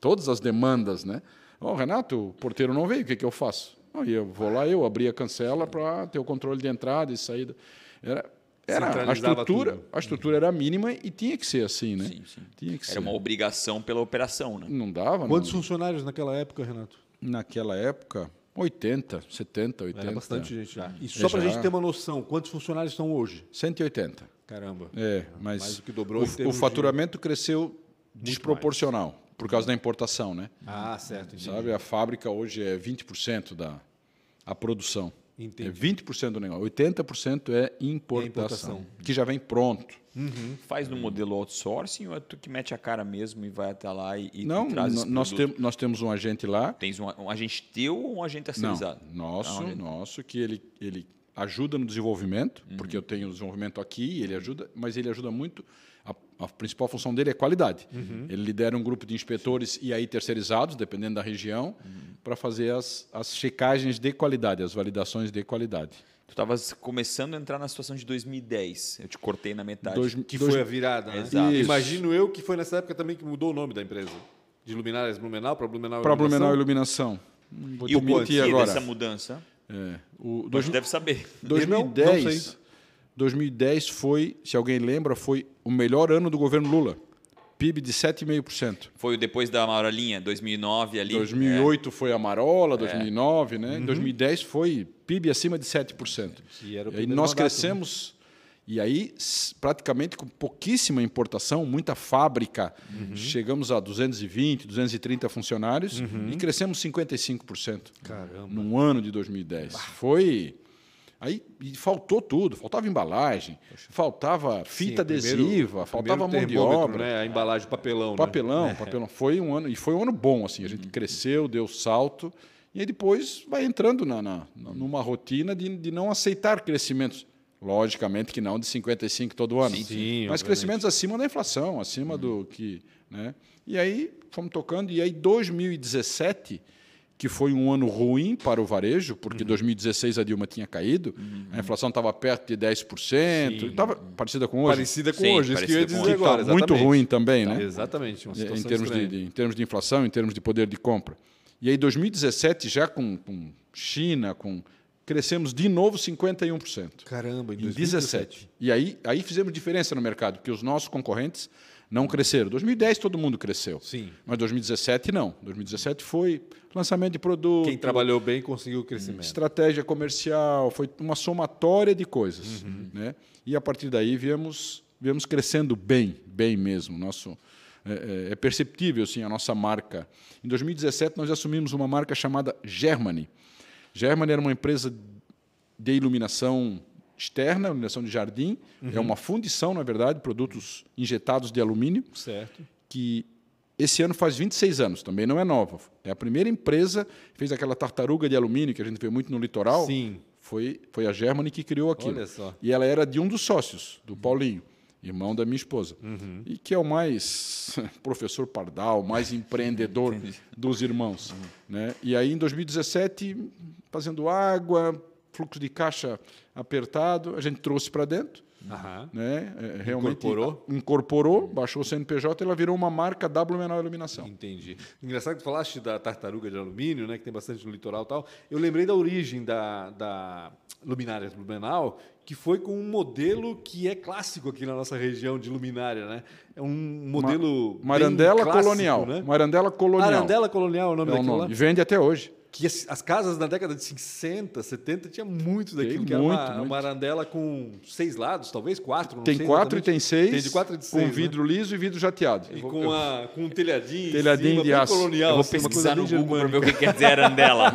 [SPEAKER 3] Todas as demandas, né? Ó, Renato, o porteiro não veio, o que, que eu faço? Não, e eu vou lá, eu abri a cancela para ter o controle de entrada e saída. Era, era a
[SPEAKER 1] Centralizava
[SPEAKER 3] estrutura,
[SPEAKER 1] tudo.
[SPEAKER 3] a estrutura era mínima e tinha que ser assim, né?
[SPEAKER 2] Sim, sim.
[SPEAKER 3] Tinha que ser.
[SPEAKER 2] Era uma obrigação pela operação, né?
[SPEAKER 3] Não dava,
[SPEAKER 1] Quantos
[SPEAKER 3] não.
[SPEAKER 1] funcionários naquela época, Renato?
[SPEAKER 3] Naquela época, 80, 70, 80.
[SPEAKER 1] Era bastante gente já. E só para a
[SPEAKER 3] já.
[SPEAKER 1] gente ter uma noção, quantos funcionários são hoje?
[SPEAKER 3] 180.
[SPEAKER 1] Caramba.
[SPEAKER 3] É, mas
[SPEAKER 1] mais do que dobrou em
[SPEAKER 3] o, o
[SPEAKER 1] termos de-
[SPEAKER 3] faturamento cresceu desproporcional por causa da importação, né?
[SPEAKER 1] Ah, certo. entendi.
[SPEAKER 3] Sabe, a fábrica hoje é 20% da a produção.
[SPEAKER 1] Entendi.
[SPEAKER 3] É 20% do negócio. 80% é importação,
[SPEAKER 1] É importação.
[SPEAKER 3] que já vem pronto.
[SPEAKER 1] Uhum.
[SPEAKER 2] Faz no modelo outsourcing ou é tu que mete a cara mesmo e vai até lá e, e
[SPEAKER 3] Não,
[SPEAKER 2] traz
[SPEAKER 3] no-
[SPEAKER 2] esse
[SPEAKER 3] nós,
[SPEAKER 2] produto?
[SPEAKER 3] tem- nós temos um agente lá.
[SPEAKER 2] Tens um, um agente teu ou um agente
[SPEAKER 3] Não,
[SPEAKER 2] terceirizado?
[SPEAKER 3] nosso,
[SPEAKER 2] Ah, olha.
[SPEAKER 3] nosso que ele ele ajuda no desenvolvimento, porque eu tenho o desenvolvimento aqui, ele ajuda, mas ele ajuda muito. A, a principal função dele é qualidade. Ele lidera um grupo de inspetores e aí terceirizados, dependendo da região, para fazer as, as checagens de qualidade, as validações de qualidade.
[SPEAKER 2] Tu estavas começando a entrar na situação de 2010. Eu te cortei na metade.
[SPEAKER 3] Dois-
[SPEAKER 1] Que
[SPEAKER 3] dois-
[SPEAKER 1] foi a virada, né?
[SPEAKER 2] Exato.
[SPEAKER 3] Isso.
[SPEAKER 1] Imagino eu que foi nessa época também que mudou o nome da empresa. De Luminárias Blumenau para Blumenau
[SPEAKER 3] Para
[SPEAKER 1] é Iluminação.
[SPEAKER 3] Blumenau Iluminação. Não Vou
[SPEAKER 2] E o
[SPEAKER 3] te mentir
[SPEAKER 2] porquê
[SPEAKER 3] agora.
[SPEAKER 2] dessa mudança?
[SPEAKER 3] É, o
[SPEAKER 2] Mas
[SPEAKER 3] dois-
[SPEAKER 2] Tu deve saber.
[SPEAKER 1] Eu não- não
[SPEAKER 3] 2010,
[SPEAKER 1] sei.
[SPEAKER 3] 2010 foi, se alguém lembra, foi o melhor ano do governo Lula. PIB de 7,5%.
[SPEAKER 2] Foi o depois da Marolinha, 2009 ali.
[SPEAKER 3] 2008
[SPEAKER 1] é.
[SPEAKER 3] foi a Marola, 2009, né?
[SPEAKER 1] Uhum.
[SPEAKER 3] Em 2010 foi PIB acima de 7%.
[SPEAKER 1] Que era o
[SPEAKER 3] e aí
[SPEAKER 1] primeiro mandato,
[SPEAKER 3] nós
[SPEAKER 1] né?
[SPEAKER 3] crescemos e aí s- praticamente com pouquíssima importação, muita fábrica.
[SPEAKER 1] Uhum.
[SPEAKER 3] Chegamos a 220, 230 funcionários
[SPEAKER 1] Uhum.
[SPEAKER 3] e crescemos 55%
[SPEAKER 1] Caramba.
[SPEAKER 3] num ano de 2010. Foi Aí e faltou tudo, faltava embalagem, faltava fita
[SPEAKER 1] Sim, primeiro-
[SPEAKER 3] adesiva,
[SPEAKER 1] primeiro
[SPEAKER 3] faltava mão de
[SPEAKER 1] termômetro,
[SPEAKER 3] obra,
[SPEAKER 1] né? A embalagem, o papelão. Né? Uhum.
[SPEAKER 3] Papelão, papelão. Foi um ano, e foi um ano bom, assim. A gente cresceu, deu salto, e aí depois vai entrando na, na- na- numa rotina de, de não aceitar crescimentos. Logicamente que não de 55 todo ano.
[SPEAKER 1] Sim, sim,
[SPEAKER 3] Mas
[SPEAKER 1] obviamente. Uhum.
[SPEAKER 3] crescimentos acima da inflação, acima do que. Né? E aí fomos tocando, e aí 2017, que foi um ano ruim para o varejo,
[SPEAKER 1] Uhum.
[SPEAKER 3] porque 2016 a Dilma tinha caído, a inflação estava perto de 10%, estava parecida com hoje.
[SPEAKER 1] Parecida com
[SPEAKER 2] Sim,
[SPEAKER 1] hoje, isso que eu ia
[SPEAKER 2] parecida com
[SPEAKER 1] dizer
[SPEAKER 2] hoje.
[SPEAKER 1] agora.
[SPEAKER 3] Tá muito
[SPEAKER 1] exatamente.
[SPEAKER 3] ruim também, né?
[SPEAKER 1] Tá, Exatamente. Uma
[SPEAKER 3] É,
[SPEAKER 1] situação
[SPEAKER 3] em termos de,
[SPEAKER 1] estranha.
[SPEAKER 3] de- em termos de inflação, em termos de poder de compra. E aí, 2017, já com, com China, com crescemos de novo 51%.
[SPEAKER 1] Caramba, em
[SPEAKER 3] Em 17. E aí, aí fizemos diferença no mercado, porque os nossos concorrentes não cresceram. 2010 todo mundo cresceu.
[SPEAKER 1] Sim.
[SPEAKER 3] Mas 2017 não. 2017 foi lançamento de produto.
[SPEAKER 1] Quem trabalhou bem conseguiu o crescimento.
[SPEAKER 3] Estratégia comercial, foi uma somatória de coisas. Né? E a partir daí viemos, viemos crescendo bem, bem mesmo. Nosso, é, é- é perceptível assim, a nossa marca. Em 2017, nós assumimos uma marca chamada Germany. Germany era uma empresa de iluminação externa, iluminação de jardim. É uma fundição, na verdade, produtos injetados de alumínio
[SPEAKER 1] Certo.
[SPEAKER 3] que esse ano faz 26 anos, também não é nova. É a primeira empresa que fez aquela tartaruga de alumínio que a gente vê muito no litoral.
[SPEAKER 1] Sim.
[SPEAKER 3] Foi, foi a Germany que criou aquilo.
[SPEAKER 1] Olha só.
[SPEAKER 3] E ela era de um dos sócios, do Paulinho, irmão da minha esposa.
[SPEAKER 1] Uhum.
[SPEAKER 3] E que é o mais professor pardal, mais empreendedor dos irmãos. Né? E aí, em 2017, fazendo água, fluxo de caixa apertado, a gente trouxe para dentro
[SPEAKER 1] Aham.
[SPEAKER 3] né? É, Realmente
[SPEAKER 1] Incorporou?
[SPEAKER 3] incorporou, baixou o CNPJ, ela virou uma marca WMNO Iluminação.
[SPEAKER 1] Entendi. Engraçado que tu falaste da tartaruga de alumínio, né, que tem bastante no litoral e tal. Eu lembrei da origem da, da luminária Blumenau, que foi com um modelo que é clássico aqui na nossa região de luminária, né? É um modelo bem
[SPEAKER 3] Marandela
[SPEAKER 1] clássico,
[SPEAKER 3] Colonial.
[SPEAKER 1] né?
[SPEAKER 3] Marandela Colonial.
[SPEAKER 1] Arandela Colonial é o nome
[SPEAKER 3] é o
[SPEAKER 1] daquilo
[SPEAKER 3] nome. E
[SPEAKER 1] lá.
[SPEAKER 3] vende até hoje.
[SPEAKER 1] Que as, as casas na década de 60, 70 tinha muito daquilo,
[SPEAKER 3] Tem
[SPEAKER 1] que era
[SPEAKER 3] muito,
[SPEAKER 1] uma,
[SPEAKER 3] muito.
[SPEAKER 1] uma arandela com seis lados, talvez quatro, não
[SPEAKER 3] Tem
[SPEAKER 1] sei
[SPEAKER 3] quatro e
[SPEAKER 1] exatamente.
[SPEAKER 3] tem seis.
[SPEAKER 1] Tem de quatro e de
[SPEAKER 3] Com
[SPEAKER 1] seis, né?
[SPEAKER 3] vidro liso e vidro jateado.
[SPEAKER 1] E com, a, com um telhadinho, em
[SPEAKER 3] Telhadinho
[SPEAKER 1] cima,
[SPEAKER 3] de
[SPEAKER 1] bem
[SPEAKER 3] aço.
[SPEAKER 1] colonial.
[SPEAKER 2] Eu vou
[SPEAKER 1] assim, uma coisa
[SPEAKER 2] É, pesquisar no
[SPEAKER 1] bem
[SPEAKER 2] Google para
[SPEAKER 1] germânica.
[SPEAKER 2] ver o que quer dizer arandela.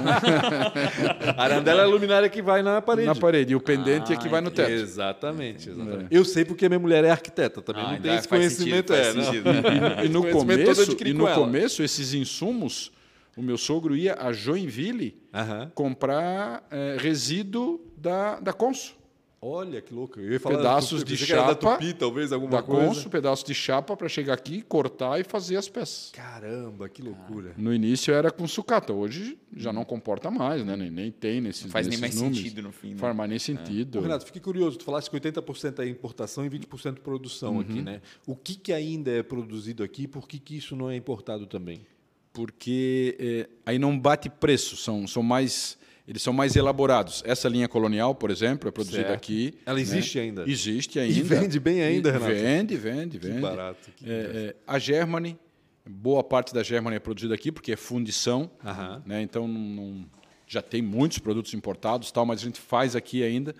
[SPEAKER 2] Ah,
[SPEAKER 1] A arandela é a luminária que vai na parede. Ah,
[SPEAKER 3] Na parede. E o pendente é que vai no teto.
[SPEAKER 1] Exatamente, exatamente. Eu sei porque minha mulher é arquiteta, também
[SPEAKER 2] Ah,
[SPEAKER 1] não tem
[SPEAKER 2] então
[SPEAKER 1] esse
[SPEAKER 2] faz
[SPEAKER 1] conhecimento.
[SPEAKER 2] sentido,
[SPEAKER 1] é,
[SPEAKER 2] faz
[SPEAKER 1] não.
[SPEAKER 2] sentido. né?
[SPEAKER 3] E no,
[SPEAKER 1] conhecimento todo eu
[SPEAKER 3] começo,
[SPEAKER 1] adquiri
[SPEAKER 3] e
[SPEAKER 1] com
[SPEAKER 3] no
[SPEAKER 1] ela.
[SPEAKER 3] começo, esses insumos, o meu sogro ia a Joinville
[SPEAKER 1] Aham.
[SPEAKER 3] comprar eh, resíduo da, da Consul.
[SPEAKER 1] Olha que louco. Eu ia falar
[SPEAKER 3] Pedaços
[SPEAKER 1] eu
[SPEAKER 3] de
[SPEAKER 1] pensei que era Da
[SPEAKER 3] chapa,
[SPEAKER 1] tupi, talvez, alguma
[SPEAKER 3] Da
[SPEAKER 1] coisa.
[SPEAKER 3] Consul, pedaço de chapa para chegar aqui, cortar e fazer as peças.
[SPEAKER 1] Caramba, que loucura.
[SPEAKER 3] No início era com sucata, hoje já não comporta mais, né? Nem, nem tem nesses
[SPEAKER 2] Não faz nem mais
[SPEAKER 3] nesses números.
[SPEAKER 2] sentido no fim, né?
[SPEAKER 3] Faz mais nem sentido.
[SPEAKER 1] Ô, Renato, fiquei curioso. Tu falaste que 80% é importação e 20% produção
[SPEAKER 3] Uhum.
[SPEAKER 1] aqui, né? O que, que ainda é produzido aqui e por que, que isso não é importado também?
[SPEAKER 3] Porque eh, aí não bate preço, são, são mais eles são mais elaborados. Essa linha colonial, por exemplo, é produzida
[SPEAKER 1] Certo.
[SPEAKER 3] aqui. né?
[SPEAKER 1] Ela existe ainda?
[SPEAKER 3] Existe ainda.
[SPEAKER 1] vende bem ainda,
[SPEAKER 3] E
[SPEAKER 1] Renato?
[SPEAKER 3] Vende, vende, vende.
[SPEAKER 1] barato, que
[SPEAKER 3] É, é, a Germany, boa parte da Germany é produzida aqui porque é fundição.
[SPEAKER 1] Aham.
[SPEAKER 3] né? Então não- não- já tem muitos produtos importados, tal, mas a gente faz aqui ainda.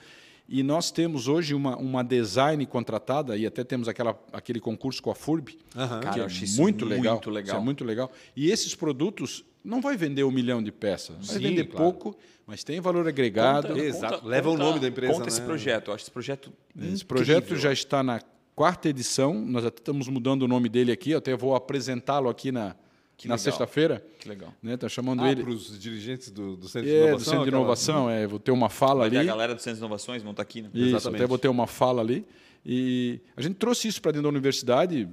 [SPEAKER 3] E nós temos hoje uma, uma design contratada e até temos aquela, aquele concurso com a FURB,
[SPEAKER 1] Aham.
[SPEAKER 3] que
[SPEAKER 2] Cara, eu
[SPEAKER 3] é
[SPEAKER 2] achei isso
[SPEAKER 3] muito
[SPEAKER 2] muito
[SPEAKER 3] legal.
[SPEAKER 2] legal.
[SPEAKER 3] Isso é muito legal. E esses produtos não vai vender um milhão de peças, vai
[SPEAKER 1] Sim,
[SPEAKER 3] vender
[SPEAKER 1] claro.
[SPEAKER 3] pouco, mas tem valor agregado.
[SPEAKER 1] Conta- Exato. Leva o nome da empresa,
[SPEAKER 2] Conta esse
[SPEAKER 1] né?
[SPEAKER 2] projeto. Eu acho esse projeto
[SPEAKER 3] Esse
[SPEAKER 2] incrível.
[SPEAKER 3] projeto já está na quarta edição. Nós até estamos mudando o nome dele aqui. Eu até vou apresentá-lo aqui na,
[SPEAKER 2] Que
[SPEAKER 3] na
[SPEAKER 2] legal.
[SPEAKER 3] sexta-feira.
[SPEAKER 2] Que legal.
[SPEAKER 3] Né? Tá chamando
[SPEAKER 1] Ah,
[SPEAKER 3] ele.
[SPEAKER 1] para os dirigentes do, do Centro de
[SPEAKER 3] É,
[SPEAKER 1] Inovação?
[SPEAKER 3] do Centro de
[SPEAKER 1] aquela-
[SPEAKER 3] Inovação. É, vou ter uma fala
[SPEAKER 2] Vai ter a
[SPEAKER 3] ali.
[SPEAKER 2] galera do Centro de Inovações vão estar aqui, né?
[SPEAKER 3] Isso,
[SPEAKER 1] Exatamente.
[SPEAKER 3] até botei uma fala ali. E a gente trouxe isso para dentro da universidade,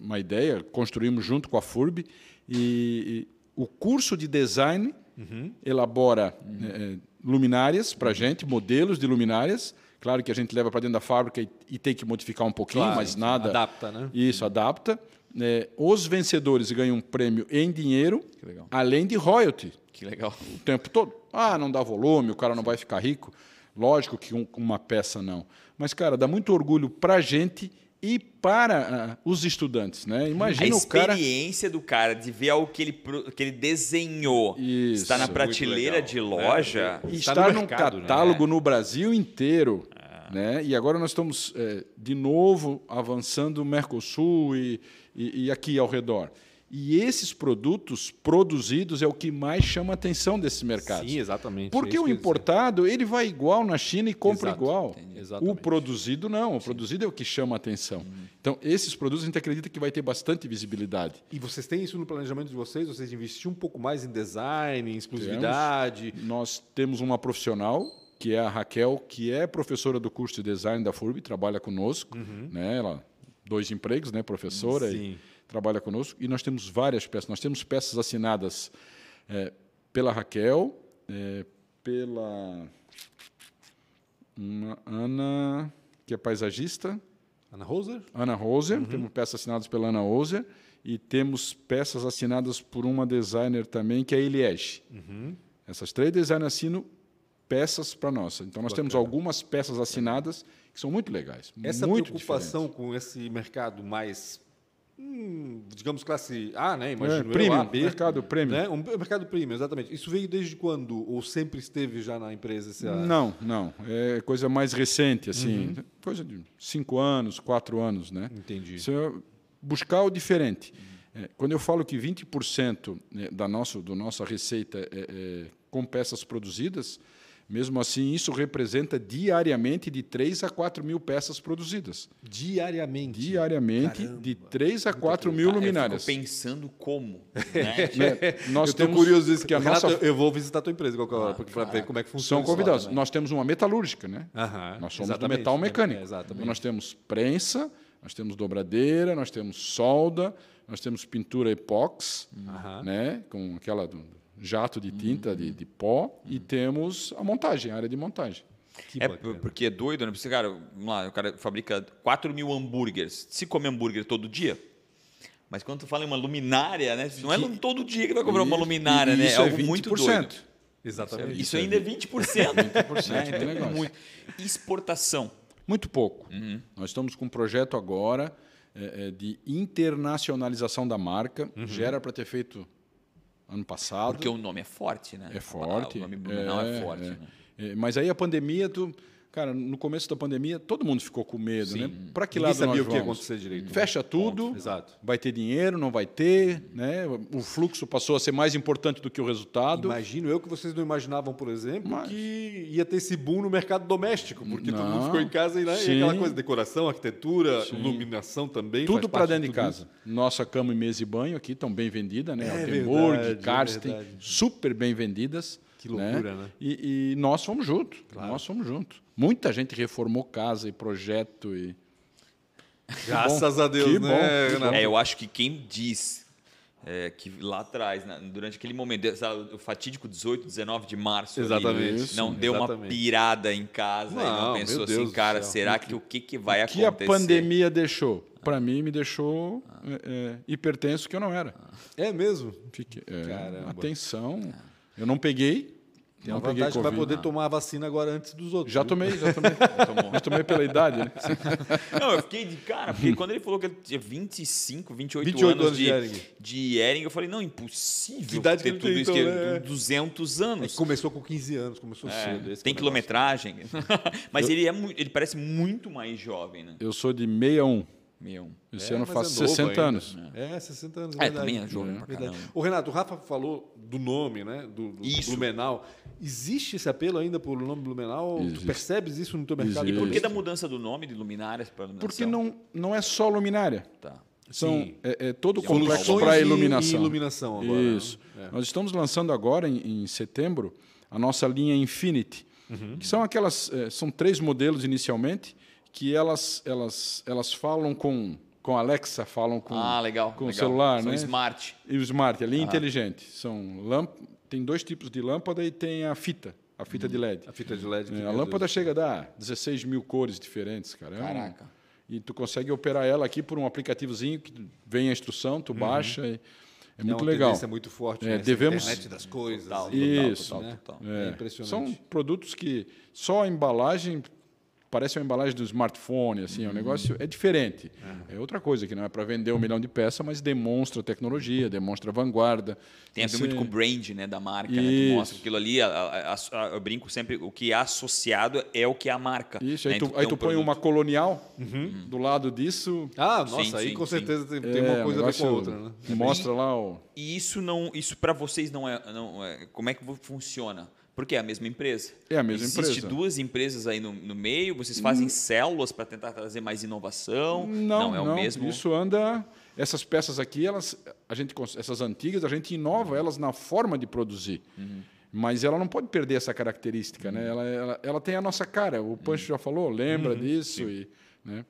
[SPEAKER 3] uma ideia, construímos junto com a FURB. E, e o curso de design
[SPEAKER 1] Uhum.
[SPEAKER 3] elabora eh, eh, luminárias para a gente, modelos de luminárias. Claro que a gente leva para dentro da fábrica e, e tem que modificar um pouquinho,
[SPEAKER 1] Claro,
[SPEAKER 3] mas nada.
[SPEAKER 1] adapta, né?
[SPEAKER 3] Isso, adapta. Eh, os vencedores ganham um prêmio em dinheiro,
[SPEAKER 2] legal.
[SPEAKER 3] além de royalty
[SPEAKER 2] Que legal.
[SPEAKER 3] o tempo todo. Ah, não dá volume, o cara não vai ficar rico. Lógico que um- uma peça não. Mas, cara, dá muito orgulho para a gente e para ah, os estudantes, né?
[SPEAKER 2] a
[SPEAKER 3] Imagina o cara...
[SPEAKER 2] experiência do cara de ver algo que ele, pro- que ele desenhou
[SPEAKER 3] Isso.
[SPEAKER 2] está na
[SPEAKER 3] Muito
[SPEAKER 2] prateleira
[SPEAKER 1] legal,
[SPEAKER 2] de
[SPEAKER 1] né?
[SPEAKER 2] loja.
[SPEAKER 3] E
[SPEAKER 1] Está
[SPEAKER 3] estar
[SPEAKER 1] no mercado,
[SPEAKER 3] num
[SPEAKER 1] né? É.
[SPEAKER 3] catálogo no Brasil inteiro. Né? E agora nós estamos, eh, de novo, avançando o Mercosul e, e- e aqui ao redor. E esses produtos produzidos é o que mais chama a atenção desse mercado.
[SPEAKER 1] Sim, exatamente. é
[SPEAKER 3] Porque
[SPEAKER 1] isso
[SPEAKER 3] o
[SPEAKER 1] que eu ia dizer.
[SPEAKER 3] importado, ele vai igual na China e compra
[SPEAKER 1] Exato,
[SPEAKER 3] igual.
[SPEAKER 1] entendi. Exatamente. Uhum.
[SPEAKER 3] O produzido não, o produzido é o que chama a atenção. Então, esses produtos a gente acredita que vai ter bastante visibilidade.
[SPEAKER 1] E vocês têm isso no planejamento de vocês? Vocês investiram um pouco mais em design, em exclusividade?
[SPEAKER 3] Nós temos uma profissional, que é a Raquel, que é professora do curso de design da FURB, trabalha conosco, né? Ela dois empregos, né, professora
[SPEAKER 1] Uhum. Sim.
[SPEAKER 3] e trabalha conosco, e nós temos várias peças. Nós temos peças assinadas eh, pela Raquel, eh, pela uma Ana, que é paisagista,
[SPEAKER 1] Ana Rosa?
[SPEAKER 3] Ana Roser,
[SPEAKER 1] Uhum.
[SPEAKER 3] temos peças assinadas pela Ana Roser e temos peças
[SPEAKER 1] Uhum.
[SPEAKER 3] assinadas por uma designer também, que é a Eliege. Essas três designers assinam peças para nós. Então, nós temos algumas peças assinadas que são muito legais.
[SPEAKER 1] Essa
[SPEAKER 3] muito
[SPEAKER 1] preocupação com esse mercado mais, hum, digamos, classe A, né?
[SPEAKER 3] diferentes. É,
[SPEAKER 1] Imagino eu,
[SPEAKER 3] premium,
[SPEAKER 1] A, B,
[SPEAKER 3] mercado premium.
[SPEAKER 1] né? Um mercado premium, exatamente. Isso veio desde quando? Ou sempre esteve já na empresa? Essa... Uhum.
[SPEAKER 3] Não, não. É coisa mais recente, assim. Coisa de cinco anos, quatro anos, né?
[SPEAKER 1] Entendi.
[SPEAKER 3] Isso é buscar o diferente. É, quando eu falo que 20% né, da nossa, do nossa receita é, é com peças produzidas, mesmo assim, isso representa diariamente de 3 a 4 mil peças produzidas.
[SPEAKER 1] Diariamente.
[SPEAKER 3] Diariamente, de 3 a 4
[SPEAKER 1] Ah,
[SPEAKER 3] mil
[SPEAKER 2] Cara,
[SPEAKER 3] luminárias.
[SPEAKER 2] Eu fico pensando como. Né?
[SPEAKER 3] Né, Nós
[SPEAKER 1] eu tô
[SPEAKER 3] temos-
[SPEAKER 1] curioso disso.
[SPEAKER 3] que a
[SPEAKER 1] Renato,
[SPEAKER 3] nossa
[SPEAKER 1] eu vou visitar a tua empresa qualquer hora, para ver como é que funciona.
[SPEAKER 3] são
[SPEAKER 1] isso lá
[SPEAKER 3] convidados.
[SPEAKER 1] também.
[SPEAKER 3] Nós temos uma metalúrgica, né?
[SPEAKER 1] Aham,
[SPEAKER 3] Nós somos do
[SPEAKER 1] exatamente.
[SPEAKER 3] metal mecânico.
[SPEAKER 1] É, exatamente.
[SPEAKER 3] Então, nós temos prensa, nós temos dobradeira, nós temos solda, nós temos pintura epox,
[SPEAKER 2] Tá.
[SPEAKER 1] Aham.
[SPEAKER 3] né? Com aquela do jato
[SPEAKER 2] Uhum,
[SPEAKER 3] de tinta de, de pó e temos a montagem, a área de montagem.
[SPEAKER 1] Que
[SPEAKER 2] É
[SPEAKER 1] bacana.
[SPEAKER 2] porque é doido, né? Porque, cara, vamos lá, o cara fabrica 4 mil hambúrgueres. Se come hambúrguer todo dia. Mas quando tu fala em uma luminária, né? Não é lu- todo dia que vai comprar uma luminária,
[SPEAKER 3] E
[SPEAKER 2] né?
[SPEAKER 3] Isso
[SPEAKER 2] é algo muito doido.
[SPEAKER 1] Exatamente.
[SPEAKER 2] Isso ainda é 20%. 20% né?
[SPEAKER 3] do
[SPEAKER 2] Então, é
[SPEAKER 3] negócio.
[SPEAKER 2] muito. Exportação.
[SPEAKER 3] Muito pouco.
[SPEAKER 2] Uhum.
[SPEAKER 3] Nós estamos com um projeto agora eh, eh, de internacionalização da marca. Já era para ter feito ano passado.
[SPEAKER 2] Uhum. Porque o nome é forte, né?
[SPEAKER 3] É forte.
[SPEAKER 2] O nome Blumenau é, forte,
[SPEAKER 3] é.
[SPEAKER 2] né?
[SPEAKER 3] É, mas aí a pandemia, tu, cara, no começo da pandemia, todo mundo ficou com medo, né? Para que
[SPEAKER 1] Ninguém
[SPEAKER 3] lado nós
[SPEAKER 1] sabia o que ia
[SPEAKER 3] vamos?
[SPEAKER 1] acontecer direito. né?
[SPEAKER 3] Fecha tudo,
[SPEAKER 1] Exato.
[SPEAKER 3] vai ter dinheiro, não vai ter, né? O fluxo passou a ser mais importante do que o resultado.
[SPEAKER 1] Imagino eu que vocês não imaginavam, por exemplo,
[SPEAKER 3] Mas-
[SPEAKER 1] que ia ter esse boom no mercado doméstico, porque todo mundo
[SPEAKER 3] Não.
[SPEAKER 1] ficou em casa e, né, e
[SPEAKER 3] Sim.
[SPEAKER 1] aquela coisa, decoração, arquitetura, iluminação também.
[SPEAKER 3] Tudo
[SPEAKER 1] faz
[SPEAKER 3] para
[SPEAKER 1] parte
[SPEAKER 3] dentro de
[SPEAKER 1] tudo
[SPEAKER 3] casa. Nossa cama e mesa e banho aqui estão bem vendidas, né?
[SPEAKER 1] É
[SPEAKER 3] Altenburg,
[SPEAKER 1] verdade, é
[SPEAKER 3] Karsten,
[SPEAKER 1] verdade.
[SPEAKER 3] super bem vendidas.
[SPEAKER 1] Que loucura, né?
[SPEAKER 3] E, e nós fomos juntos. Nós fomos juntos. Muita gente reformou casa e projeto e.
[SPEAKER 1] isso. Graças a Deus, né,
[SPEAKER 3] Que bom, que
[SPEAKER 1] Renato?
[SPEAKER 2] É, eu acho que quem diz é, que lá atrás, né, durante aquele momento, essa- o fatídico 18, 19 de março, ali,
[SPEAKER 1] Exatamente. Isso,
[SPEAKER 2] não deu uma
[SPEAKER 1] exatamente.
[SPEAKER 2] pirada em casa
[SPEAKER 1] Não,
[SPEAKER 2] e não
[SPEAKER 1] meu
[SPEAKER 2] pensou
[SPEAKER 1] Deus
[SPEAKER 2] assim,
[SPEAKER 1] do
[SPEAKER 2] cara,
[SPEAKER 1] céu.
[SPEAKER 2] será que o que, que vai
[SPEAKER 3] que a
[SPEAKER 2] acontecer?
[SPEAKER 3] pandemia deixou? Para mim, me deixou é, é, hipertenso que eu não era.
[SPEAKER 1] É mesmo.
[SPEAKER 3] Fiquei, é,
[SPEAKER 1] Caramba.
[SPEAKER 3] atenção. Eu não peguei.
[SPEAKER 1] Tem
[SPEAKER 3] não
[SPEAKER 1] uma
[SPEAKER 3] peguei
[SPEAKER 1] vantagem que vai
[SPEAKER 3] Covid. Ah.
[SPEAKER 1] poder tomar a vacina agora antes dos outros.
[SPEAKER 3] Já
[SPEAKER 1] viu?
[SPEAKER 3] tomei, já tomei. Mas tomei pela idade, né?
[SPEAKER 2] Não, eu fiquei de cara, porque quando ele falou que ele tinha 25, 28,
[SPEAKER 1] 28
[SPEAKER 2] anos,
[SPEAKER 1] anos de
[SPEAKER 2] de,
[SPEAKER 1] Hering.
[SPEAKER 2] de Hering, eu falei, não, impossível
[SPEAKER 1] Que idade
[SPEAKER 2] ter
[SPEAKER 1] que ele
[SPEAKER 2] tudo
[SPEAKER 1] tem,
[SPEAKER 2] isso,
[SPEAKER 1] então,
[SPEAKER 2] que
[SPEAKER 1] né?
[SPEAKER 2] 200
[SPEAKER 1] É
[SPEAKER 2] anos.
[SPEAKER 1] que começou com 15 anos, começou
[SPEAKER 2] É,
[SPEAKER 1] cedo. esse
[SPEAKER 2] tem
[SPEAKER 1] que é o negócio.
[SPEAKER 2] quilometragem. Mas ele, é, mu- ele parece muito mais jovem, né?
[SPEAKER 3] Eu sou de 61.
[SPEAKER 2] Meu.
[SPEAKER 3] Esse
[SPEAKER 1] É,
[SPEAKER 3] ano
[SPEAKER 1] mas
[SPEAKER 3] eu faço
[SPEAKER 1] é novo
[SPEAKER 3] 60
[SPEAKER 1] ainda.
[SPEAKER 3] anos.
[SPEAKER 1] É, 60 anos.
[SPEAKER 2] É,
[SPEAKER 1] verdade.
[SPEAKER 2] também é jovem pra
[SPEAKER 1] verdade.
[SPEAKER 2] caramba.
[SPEAKER 1] O Renato, o Rafa falou do nome, né? Do, do
[SPEAKER 2] Isso.
[SPEAKER 1] Blumenau. Existe esse apelo ainda por nome Blumenau? Tu
[SPEAKER 3] Existe.
[SPEAKER 1] percebes isso no teu mercado?
[SPEAKER 3] Existe.
[SPEAKER 2] Por que
[SPEAKER 3] Isso.
[SPEAKER 2] da mudança do nome de luminárias para iluminação?
[SPEAKER 3] Porque não, não é só luminária.
[SPEAKER 2] Tá.
[SPEAKER 3] São
[SPEAKER 1] Sim.
[SPEAKER 3] é, é todo o
[SPEAKER 2] São
[SPEAKER 3] complexo
[SPEAKER 1] Soluções
[SPEAKER 3] para
[SPEAKER 1] e-
[SPEAKER 3] a
[SPEAKER 1] E
[SPEAKER 3] iluminação.
[SPEAKER 1] iluminação agora. né?
[SPEAKER 3] Isso. Nós estamos lançando agora, em, em setembro, a nossa linha Infinity,
[SPEAKER 1] Uhum.
[SPEAKER 3] que são aquelas, eh, são três modelos inicialmente, que elas, elas, elas falam com, com Alexa, falam com,
[SPEAKER 2] ah, legal.
[SPEAKER 3] com o
[SPEAKER 2] legal.
[SPEAKER 3] celular,
[SPEAKER 2] São
[SPEAKER 3] né?
[SPEAKER 2] smart.
[SPEAKER 3] E o smart, a
[SPEAKER 1] Ah.
[SPEAKER 3] linha inteligente. São lâmp... Tem dois tipos de lâmpada e tem a fita, a fita de LED.
[SPEAKER 1] Uhum. A fita de LED. que
[SPEAKER 3] É,
[SPEAKER 1] tem
[SPEAKER 3] a
[SPEAKER 1] os-
[SPEAKER 3] lâmpada chega a dar 16 mil cores diferentes, cara. É um-
[SPEAKER 2] Caraca.
[SPEAKER 3] E tu consegue operar ela aqui por um aplicativozinho que tu- vem a instrução,
[SPEAKER 1] Uhum.
[SPEAKER 3] tu baixa. e- É
[SPEAKER 1] É
[SPEAKER 3] muito
[SPEAKER 1] uma
[SPEAKER 3] legal.
[SPEAKER 1] tendência muito forte.
[SPEAKER 3] É,
[SPEAKER 1] né? Essa
[SPEAKER 3] devemos-
[SPEAKER 1] internet das coisas.
[SPEAKER 2] Total,
[SPEAKER 1] e-
[SPEAKER 3] Isso.
[SPEAKER 2] total,
[SPEAKER 1] né?
[SPEAKER 2] total.
[SPEAKER 1] É,
[SPEAKER 3] É.
[SPEAKER 1] impressionante.
[SPEAKER 3] São produtos que só a embalagem parece uma embalagem do smartphone, assim, é
[SPEAKER 1] Uhum.
[SPEAKER 3] um negócio é diferente. É outra coisa que não é para vender um milhão de peças, mas demonstra tecnologia, demonstra vanguarda.
[SPEAKER 2] Tem a ver
[SPEAKER 3] Isso
[SPEAKER 2] muito
[SPEAKER 3] é-
[SPEAKER 2] com o brand né, da marca, né? Que
[SPEAKER 3] Isso.
[SPEAKER 2] mostra aquilo ali. a- a- a- a- eu brinco sempre, o que é associado é o que é a marca.
[SPEAKER 3] Isso,
[SPEAKER 2] né?
[SPEAKER 3] aí tu,
[SPEAKER 2] Então,
[SPEAKER 3] aí
[SPEAKER 2] tem
[SPEAKER 3] tu
[SPEAKER 2] um
[SPEAKER 3] põe
[SPEAKER 2] produto-
[SPEAKER 3] uma colonial do lado disso.
[SPEAKER 1] Ah, nossa,
[SPEAKER 2] Sim,
[SPEAKER 1] aí
[SPEAKER 2] sim,
[SPEAKER 1] com
[SPEAKER 2] sim.
[SPEAKER 1] certeza tem, Uhum. tem
[SPEAKER 3] é,
[SPEAKER 1] uma
[SPEAKER 3] um
[SPEAKER 1] coisa a ver com a
[SPEAKER 3] negócio
[SPEAKER 1] outra, né?
[SPEAKER 3] que Mostra lá o.
[SPEAKER 2] E isso não, isso para vocês não é, não é- como é que vo- funciona? Porque é a mesma empresa.
[SPEAKER 3] É a mesma
[SPEAKER 2] Existe
[SPEAKER 3] empresa. Hum.
[SPEAKER 2] duas empresas aí no, no meio, vocês fazem células para tentar trazer mais inovação.
[SPEAKER 3] Não, não,
[SPEAKER 2] é o mesmo.
[SPEAKER 3] Isso anda. Essas peças aqui, elas, a gente, cons- essas antigas, a gente inova elas na forma de produzir.
[SPEAKER 2] Uhum.
[SPEAKER 3] Mas ela não pode perder essa característica, né? Ela, ela, ela tem a nossa cara. O Pancho
[SPEAKER 2] Uhum.
[SPEAKER 3] já falou, lembra disso e, né?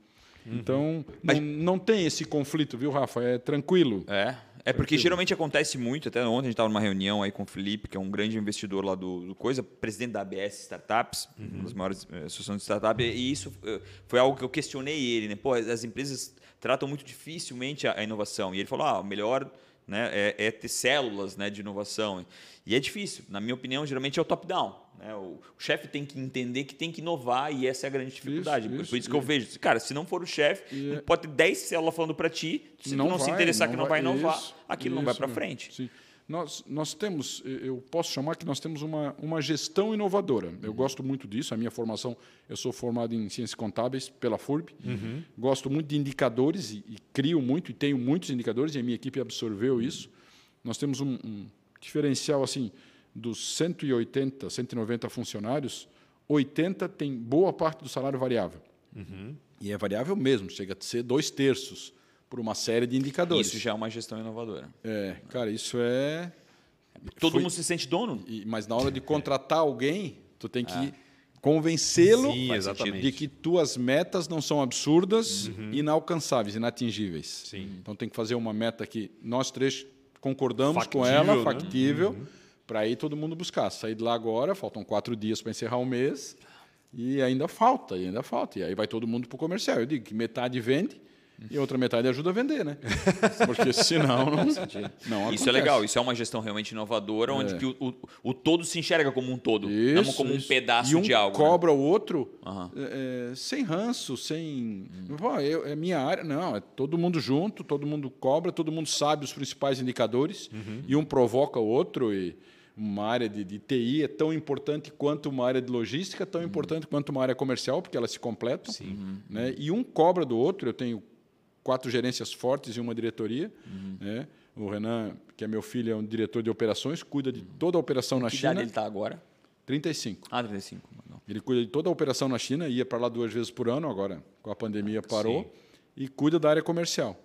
[SPEAKER 3] Então, não, não tem esse conflito, viu, Rafa? É tranquilo.
[SPEAKER 2] É. É porque geralmente acontece muito, até ontem a gente estava numa reunião aí com o Felipe, que é um grande investidor lá do, do Coisa, presidente da ABS Startups,
[SPEAKER 3] Uhum.
[SPEAKER 2] uma das maiores eh, associações de startup, e isso eh, foi algo que eu questionei ele, né? Pô, as- as empresas tratam muito dificilmente a, a inovação. E ele falou: ah, o melhor né? É, é ter células né, de inovação. E é difícil. Na minha opinião, geralmente é o top-down. né? O, o chefe tem que entender que tem que inovar e essa é a grande dificuldade.
[SPEAKER 3] Isso,
[SPEAKER 2] Por-
[SPEAKER 3] isso, é
[SPEAKER 2] Por isso que eu vejo. Cara, se não for o chefe, não pode ter 10 células falando para ti. Se tu não, se interessar que não vai inovar,
[SPEAKER 3] isso,
[SPEAKER 2] aquilo não vai
[SPEAKER 3] isso,
[SPEAKER 2] para
[SPEAKER 3] meu.
[SPEAKER 2] frente.
[SPEAKER 3] Sim. Nós, nós temos, eh, eu posso chamar que nós temos uma, uma gestão inovadora.
[SPEAKER 2] Uhum.
[SPEAKER 3] Eu gosto muito disso. A minha formação, eu sou formado em ciências contábeis pela FURB.
[SPEAKER 2] Uhum.
[SPEAKER 3] Gosto muito de indicadores e, e crio muito e tenho muitos indicadores e a minha equipe absorveu isso. Nós temos um, um diferencial assim dos 180, 190 funcionários, 80 tem boa parte do salário variável. E é variável mesmo, chega a ser dois terços por uma série de indicadores.
[SPEAKER 2] Isso já é uma gestão inovadora.
[SPEAKER 3] É, cara, isso é.
[SPEAKER 2] Todo
[SPEAKER 3] Foi-
[SPEAKER 2] mundo se sente dono.
[SPEAKER 3] e- Mas na hora de contratar alguém, tu tem que convencê-lo
[SPEAKER 1] Sim, Faz exatamente. Uhum.
[SPEAKER 3] de que tuas metas não são absurdas, inalcançáveis, inatingíveis.
[SPEAKER 1] Sim.
[SPEAKER 3] Então tem que fazer uma meta que nós três concordamos
[SPEAKER 1] Factível,
[SPEAKER 3] com ela,
[SPEAKER 1] né?
[SPEAKER 3] factível, para aí todo mundo buscar. Sair de lá agora, faltam quatro dias para encerrar o mês, e ainda falta, e ainda falta. E aí vai todo mundo para o comercial. Eu digo que metade vende. E a outra metade ajuda a vender, né? Porque senão não, não
[SPEAKER 2] Isso é
[SPEAKER 3] acontece. É.
[SPEAKER 2] legal, isso é uma gestão realmente inovadora, onde que o, o- o todo se enxerga como um todo, não
[SPEAKER 3] Isso,
[SPEAKER 2] como
[SPEAKER 3] isso.
[SPEAKER 2] um pedaço
[SPEAKER 3] e um
[SPEAKER 2] de algo. né?
[SPEAKER 3] cobra o outro
[SPEAKER 2] Aham.
[SPEAKER 3] é, é, sem ranço, sem. Pô, eu- é minha área. Não, é todo mundo junto, todo mundo cobra, todo mundo sabe os principais indicadores e um provoca o outro. E uma área de, de TI é tão importante quanto uma área de logística, tão importante quanto uma área comercial, porque elas se completam. Né? E um cobra do outro. Eu tenho quatro gerências fortes e uma diretoria. Né? O Renan, que é meu filho, é um diretor de operações, cuida de toda a operação na
[SPEAKER 2] que idade
[SPEAKER 3] China.
[SPEAKER 2] ele está agora?
[SPEAKER 3] 35.
[SPEAKER 2] Ah, 35. Não.
[SPEAKER 3] Ele cuida de toda a operação na China, ia para lá duas vezes por ano, agora com a pandemia parou, e cuida da área comercial.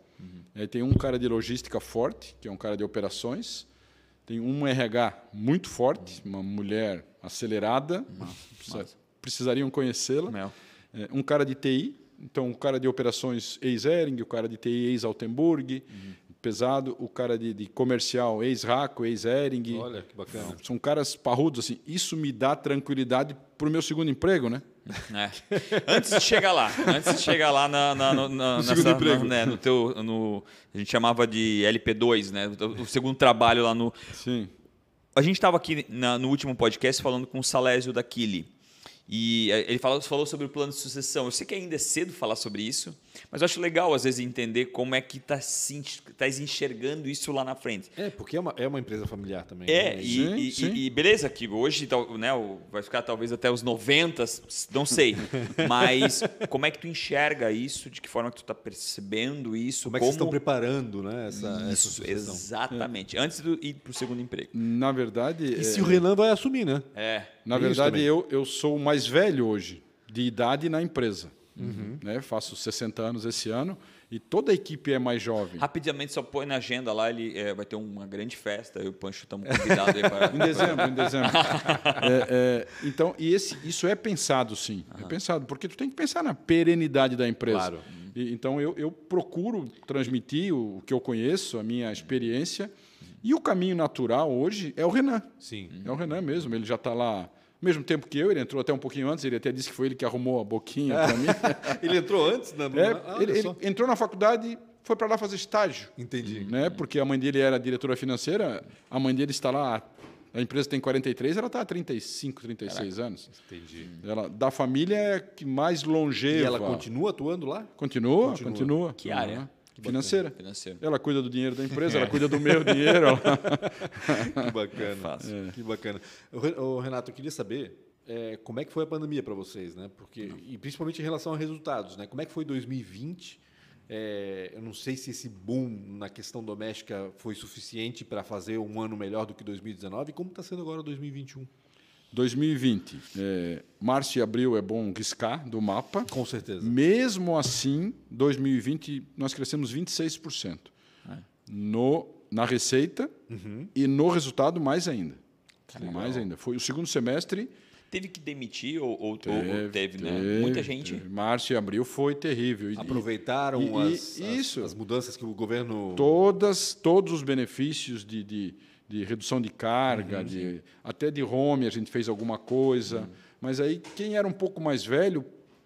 [SPEAKER 3] Aí tem um cara de logística forte, que é um cara de operações, tem um RH muito forte, uma mulher acelerada, precisa- precisariam conhecê-la.
[SPEAKER 2] Mel.
[SPEAKER 3] É, um cara de TI, então o cara de operações ex-Ering, o cara de TI ex-Altenburg, pesado, o cara de, de comercial ex-Raco, ex-Ering.
[SPEAKER 1] Olha, que bacana.
[SPEAKER 3] São caras parrudos, assim. Isso me dá tranquilidade para o meu segundo emprego, né?
[SPEAKER 2] É. Antes de chegar lá, antes de chegar lá na, na- na- na- nessa-
[SPEAKER 1] emprego.
[SPEAKER 2] na- né, no teu, no, a gente chamava de LP2, né, o segundo trabalho lá no,
[SPEAKER 3] Sim.
[SPEAKER 2] A gente estava aqui na- no último podcast falando com o Salésio da Kili. E eh, ele falou, falou sobre o plano de sucessão. Eu sei que ainda é cedo falar sobre isso, mas eu acho legal, às vezes, entender como é que tá, se enx- tá enxergando isso lá na frente.
[SPEAKER 1] É, porque é uma, é uma empresa familiar também.
[SPEAKER 2] É,
[SPEAKER 1] né?
[SPEAKER 2] e,
[SPEAKER 3] Sim,
[SPEAKER 2] e-
[SPEAKER 3] sim.
[SPEAKER 2] e- e beleza, que hoje tal- né, o- vai ficar talvez até os 90, não sei. Mas como é que tu enxerga isso? De que forma que tu tá percebendo isso?
[SPEAKER 1] Como é que vocês estão preparando, né? Essa, essa
[SPEAKER 2] Isso,
[SPEAKER 1] sucessão?
[SPEAKER 2] exatamente. Antes de ir pro segundo emprego.
[SPEAKER 3] Na verdade, é,
[SPEAKER 1] E se o Renan vai assumir, né?
[SPEAKER 2] É.
[SPEAKER 3] na
[SPEAKER 1] Isso
[SPEAKER 3] verdade
[SPEAKER 1] também.
[SPEAKER 3] eu, eu sou o mais velho hoje, de idade na empresa.
[SPEAKER 1] Uhum.
[SPEAKER 3] Né? Faço 60 anos esse ano e toda a equipe é mais jovem.
[SPEAKER 2] Rapidamente só põe na agenda lá, ele eh, vai ter uma grande festa. Eu e o Pancho estamos convidados aí para.
[SPEAKER 3] Em dezembro, em dezembro. É, é, então, e esse, isso é pensado, sim. É pensado, porque tu tem que pensar na perenidade da empresa.
[SPEAKER 1] Claro.
[SPEAKER 3] E, então, eu, eu procuro transmitir o, o que eu conheço, a minha experiência. E o caminho natural hoje é o Renan.
[SPEAKER 1] Sim.
[SPEAKER 3] É o Renan mesmo, ele já está lá ao mesmo tempo que eu, ele entrou até um pouquinho antes, ele até disse que foi ele que arrumou a boquinha para mim.
[SPEAKER 1] Ele entrou antes na.
[SPEAKER 3] É,
[SPEAKER 1] na- olha
[SPEAKER 3] ele,
[SPEAKER 1] só. Hum.
[SPEAKER 3] ele entrou na faculdade, foi para lá fazer estágio
[SPEAKER 1] Entendi.
[SPEAKER 3] né? Porque a mãe dele era diretora financeira, a mãe dele está lá, a empresa tem 43, ela está há 35, 36 anos.
[SPEAKER 1] Entendi.
[SPEAKER 3] Ela da família é a que mais longeva.
[SPEAKER 1] E ela continua atuando lá?
[SPEAKER 3] Continua,
[SPEAKER 1] Continua.
[SPEAKER 3] continua.
[SPEAKER 2] Que área?
[SPEAKER 3] Financeira.
[SPEAKER 2] Financeiro.
[SPEAKER 3] Ela cuida do dinheiro da empresa,
[SPEAKER 1] É.
[SPEAKER 3] ela cuida do meu dinheiro. ela-
[SPEAKER 1] Que bacana.
[SPEAKER 2] É
[SPEAKER 3] É.
[SPEAKER 2] fácil.
[SPEAKER 1] Que bacana. Ô, Ren- ô, Renato, eu queria saber é, como é que foi a pandemia para vocês, né? Porque, e principalmente em relação a resultados, né? Como é que foi 2020? É, eu não sei se esse boom na questão doméstica foi suficiente para fazer um ano melhor do que 2019. Como está sendo agora 2021?
[SPEAKER 3] 2020. é, março e abril é bom riscar do mapa.
[SPEAKER 1] Com certeza.
[SPEAKER 3] Mesmo assim, 2020 nós crescemos 26%
[SPEAKER 2] É.
[SPEAKER 3] no, na receita
[SPEAKER 2] Uhum.
[SPEAKER 3] e no resultado mais ainda. mais ainda. Foi o segundo semestre.
[SPEAKER 2] Teve que demitir ou, ou- ou- ou teve, né? Muita gente.
[SPEAKER 3] teve. É, Março e abril foi terrível. E, e
[SPEAKER 1] Aproveitaram
[SPEAKER 3] E-
[SPEAKER 1] as,
[SPEAKER 3] e-
[SPEAKER 1] as-
[SPEAKER 3] isso.
[SPEAKER 1] as mudanças que o governo.
[SPEAKER 3] todas, todos os benefícios de, de, de redução de
[SPEAKER 4] Uhum,
[SPEAKER 3] carga, de, até de home a gente fez alguma coisa. Mas aí quem era um pouco mais velho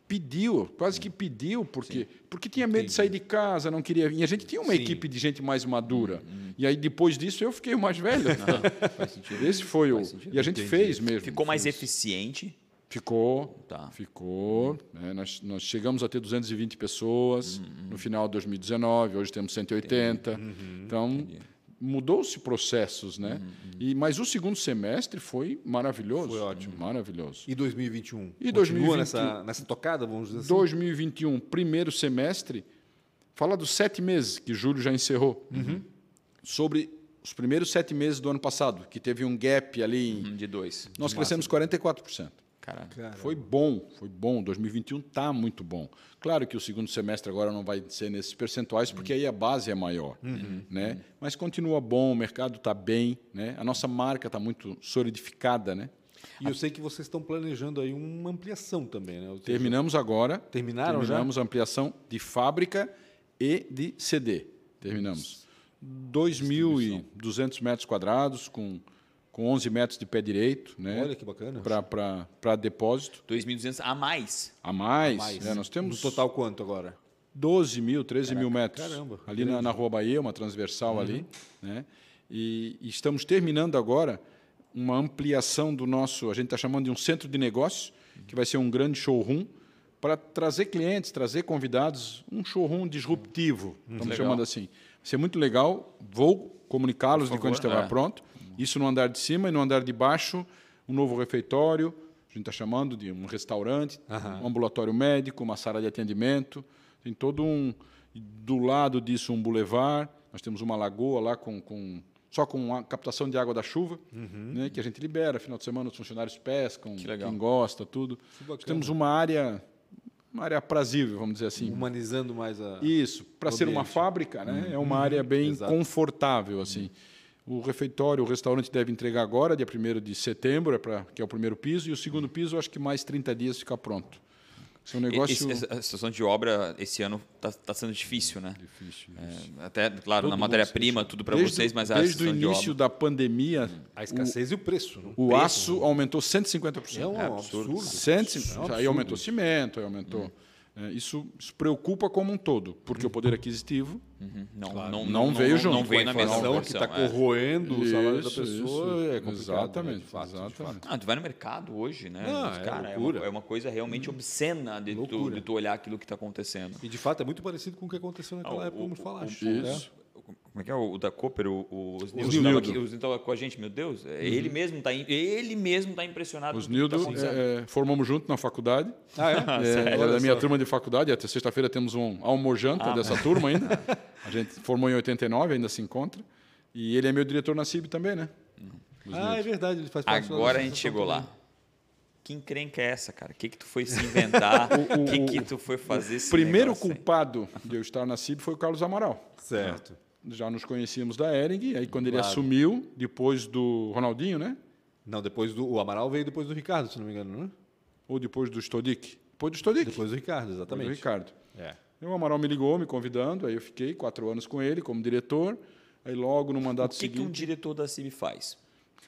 [SPEAKER 3] pediu, quase
[SPEAKER 4] Uhum.
[SPEAKER 3] que pediu, porque, porque tinha medo de sair de casa, não queria vir. E a gente tinha uma equipe de gente mais madura. E aí, depois disso, eu fiquei o mais velho.
[SPEAKER 4] Uhum, Faz sentido.
[SPEAKER 3] Esse foi o.
[SPEAKER 4] Faz sentido.
[SPEAKER 3] E a gente fez mesmo.
[SPEAKER 2] Ficou mais
[SPEAKER 3] Fez.
[SPEAKER 2] eficiente.
[SPEAKER 3] Ficou,
[SPEAKER 2] Tá.
[SPEAKER 3] ficou. né? Nós, nós chegamos a ter 220 pessoas no final de 2019, hoje temos 180. então, mudou-se processos, né? E, mas o segundo semestre foi maravilhoso. Foi ótimo. Maravilhoso.
[SPEAKER 1] E 2021?
[SPEAKER 3] E
[SPEAKER 1] Continua
[SPEAKER 3] 2021?
[SPEAKER 1] nessa, nessa tocada, vamos dizer assim?
[SPEAKER 3] 2021, primeiro semestre, fala dos sete meses que julho já encerrou. Sobre os primeiros sete meses do ano passado, que teve um gap ali. em-
[SPEAKER 2] Hum, De dois.
[SPEAKER 3] Nós crescemos 44%.
[SPEAKER 2] Caralho.
[SPEAKER 1] Cara,
[SPEAKER 3] Foi bom, foi bom. 2021 está um tá muito bom. Claro que o segundo semestre agora não vai ser nesses percentuais,
[SPEAKER 1] Uhum.
[SPEAKER 3] porque aí a base é maior. Né? Mas continua bom, o mercado está bem, né? a nossa marca está muito solidificada. Né?
[SPEAKER 1] E eu sei que vocês estão planejando aí uma ampliação também, né? Ou seja,
[SPEAKER 3] Terminamos agora.
[SPEAKER 1] Terminaram já?
[SPEAKER 3] Terminamos a ampliação de fábrica e de CD. Terminamos. 2.200 metros quadrados, com, com 11 metros de pé direito. Né?
[SPEAKER 1] Olha que bacana.
[SPEAKER 3] Para depósito.
[SPEAKER 2] 2.200 a mais.
[SPEAKER 3] A mais.
[SPEAKER 1] Mais.
[SPEAKER 3] né? Nós temos.
[SPEAKER 1] No total quanto agora?
[SPEAKER 3] 12 mil, 13 mil metros.
[SPEAKER 1] caramba,
[SPEAKER 3] ali na, na Rua Bahia, uma transversal ali.
[SPEAKER 2] Uhum.
[SPEAKER 3] Né? E, e estamos terminando agora uma ampliação do nosso, a gente está chamando de um centro de negócios,
[SPEAKER 2] Uhum.
[SPEAKER 3] que vai ser um grande showroom, para trazer clientes, trazer convidados, um showroom disruptivo, estamos
[SPEAKER 2] Hum, Legal.
[SPEAKER 3] chamando assim. Vai ser muito legal, vou comunicá-los de quando estiver
[SPEAKER 2] É.
[SPEAKER 3] pronto. Isso no andar de cima e no andar de baixo, um novo refeitório, a gente está chamando de um restaurante, um ambulatório médico, uma sala de atendimento. Tem todo um. Do lado disso, um bulevar. Nós temos uma lagoa lá com. com só com a captação de água da chuva, né, que a gente libera. Final de semana os funcionários pescam,
[SPEAKER 2] legal.
[SPEAKER 3] quem gosta, tudo. Nós
[SPEAKER 1] bacana. Uhum.
[SPEAKER 3] temos uma área, uma área aprazível, vamos dizer assim.
[SPEAKER 1] Humanizando mais a.
[SPEAKER 2] Tá.
[SPEAKER 3] Isso, para ser uma
[SPEAKER 1] ambiente.
[SPEAKER 3] fábrica, né?
[SPEAKER 2] Uhum.
[SPEAKER 3] é uma área bem
[SPEAKER 1] exato.
[SPEAKER 3] confortável assim. O refeitório, o restaurante deve entregar agora, dia 1 de setembro, é pra, que é o primeiro piso, e o segundo piso, acho que mais 30 dias fica pronto. Esse é um negócio
[SPEAKER 2] Esse- essa- a situação de obra esse ano está sendo difícil, né?
[SPEAKER 3] difícil.
[SPEAKER 2] É, até, claro, na matéria-prima, tudo para
[SPEAKER 3] Desde-
[SPEAKER 2] vocês, mas a
[SPEAKER 3] Desde o
[SPEAKER 2] situação de
[SPEAKER 3] início
[SPEAKER 2] obra. Hum.
[SPEAKER 3] da pandemia,
[SPEAKER 1] A escassez e o preço. né?
[SPEAKER 3] o aço aumentou 150%.
[SPEAKER 1] É um
[SPEAKER 2] É absurdo. Hum.
[SPEAKER 1] absurdo. É
[SPEAKER 3] 150, aí aumentou cimento, aí aumentou. É, isso, isso preocupa como um todo, porque o poder aquisitivo
[SPEAKER 2] hum, Não, não,
[SPEAKER 3] Não veio junto
[SPEAKER 2] Não
[SPEAKER 3] com
[SPEAKER 2] veio
[SPEAKER 3] a tá
[SPEAKER 2] na
[SPEAKER 1] A
[SPEAKER 2] mesma
[SPEAKER 3] inflação,
[SPEAKER 1] inflação que
[SPEAKER 2] proporção.
[SPEAKER 1] está
[SPEAKER 2] é.
[SPEAKER 1] corroendo o salário da
[SPEAKER 3] Isso,
[SPEAKER 1] pessoa
[SPEAKER 3] isso.
[SPEAKER 1] é complicado.
[SPEAKER 3] Exatamente,
[SPEAKER 1] né? De fato, de
[SPEAKER 3] exatamente.
[SPEAKER 1] fato.
[SPEAKER 2] Ah, tu vai no mercado hoje, né?
[SPEAKER 1] Ah, é
[SPEAKER 2] Cara, é,
[SPEAKER 1] loucura. Hum.
[SPEAKER 2] uma, é uma coisa realmente obscena de tu,
[SPEAKER 1] Loucura.
[SPEAKER 2] de tu olhar aquilo que está acontecendo.
[SPEAKER 1] E de fato é muito parecido com o que aconteceu naquela
[SPEAKER 2] Ah, o-
[SPEAKER 1] época, como
[SPEAKER 2] o-
[SPEAKER 1] falar.
[SPEAKER 2] o-
[SPEAKER 1] Isso.
[SPEAKER 2] Como é que é o da Cooper? O, o
[SPEAKER 1] Osnildo.
[SPEAKER 2] Osnildo estava aqui- o Osnildo estava com a gente, meu Deus.
[SPEAKER 1] Uhum.
[SPEAKER 2] é, Ele mesmo está ele mesmo tá impressionado com o que
[SPEAKER 3] Osnildo,
[SPEAKER 2] tá acontecendo.
[SPEAKER 3] é, é, formamos junto na faculdade.
[SPEAKER 1] Ah, é?
[SPEAKER 3] É,
[SPEAKER 1] Olha
[SPEAKER 3] era da minha
[SPEAKER 1] só.
[SPEAKER 3] turma de faculdade. Até sexta-feira temos um almojanta
[SPEAKER 2] Ah,
[SPEAKER 3] dessa
[SPEAKER 2] né?
[SPEAKER 3] turma ainda. A gente formou em 89, ainda se encontra. E ele é meu diretor na CIB também, né?
[SPEAKER 1] Ah, é verdade, ele faz parte da
[SPEAKER 2] Agora a
[SPEAKER 1] nossa
[SPEAKER 2] gente
[SPEAKER 1] sessão
[SPEAKER 2] chegou
[SPEAKER 1] também.
[SPEAKER 2] lá. Que encrenca é essa, cara? O que, que tu foi se inventar? O que, que tu foi fazer?
[SPEAKER 3] O
[SPEAKER 2] esse
[SPEAKER 3] primeiro
[SPEAKER 2] negócio aí?
[SPEAKER 3] culpado de eu estar na CIB foi o Carlos Amaral.
[SPEAKER 1] Certo.
[SPEAKER 3] Já nos conhecíamos da Ering, aí quando ele assumiu, depois do Ronaldinho, né?
[SPEAKER 1] Não, depois do. O Amaral veio depois do Ricardo, se não me engano, né?
[SPEAKER 3] Ou depois do Stodic? Depois do Stodic.
[SPEAKER 1] Depois do Ricardo,
[SPEAKER 3] Depois
[SPEAKER 1] exatamente.
[SPEAKER 3] do Ricardo.
[SPEAKER 1] É.
[SPEAKER 3] Aí O Amaral me ligou, me convidando, aí eu fiquei quatro anos com ele como diretor. Aí logo no
[SPEAKER 2] O
[SPEAKER 3] mandato
[SPEAKER 2] que, que
[SPEAKER 3] seguinte...
[SPEAKER 2] um diretor da CIB faz?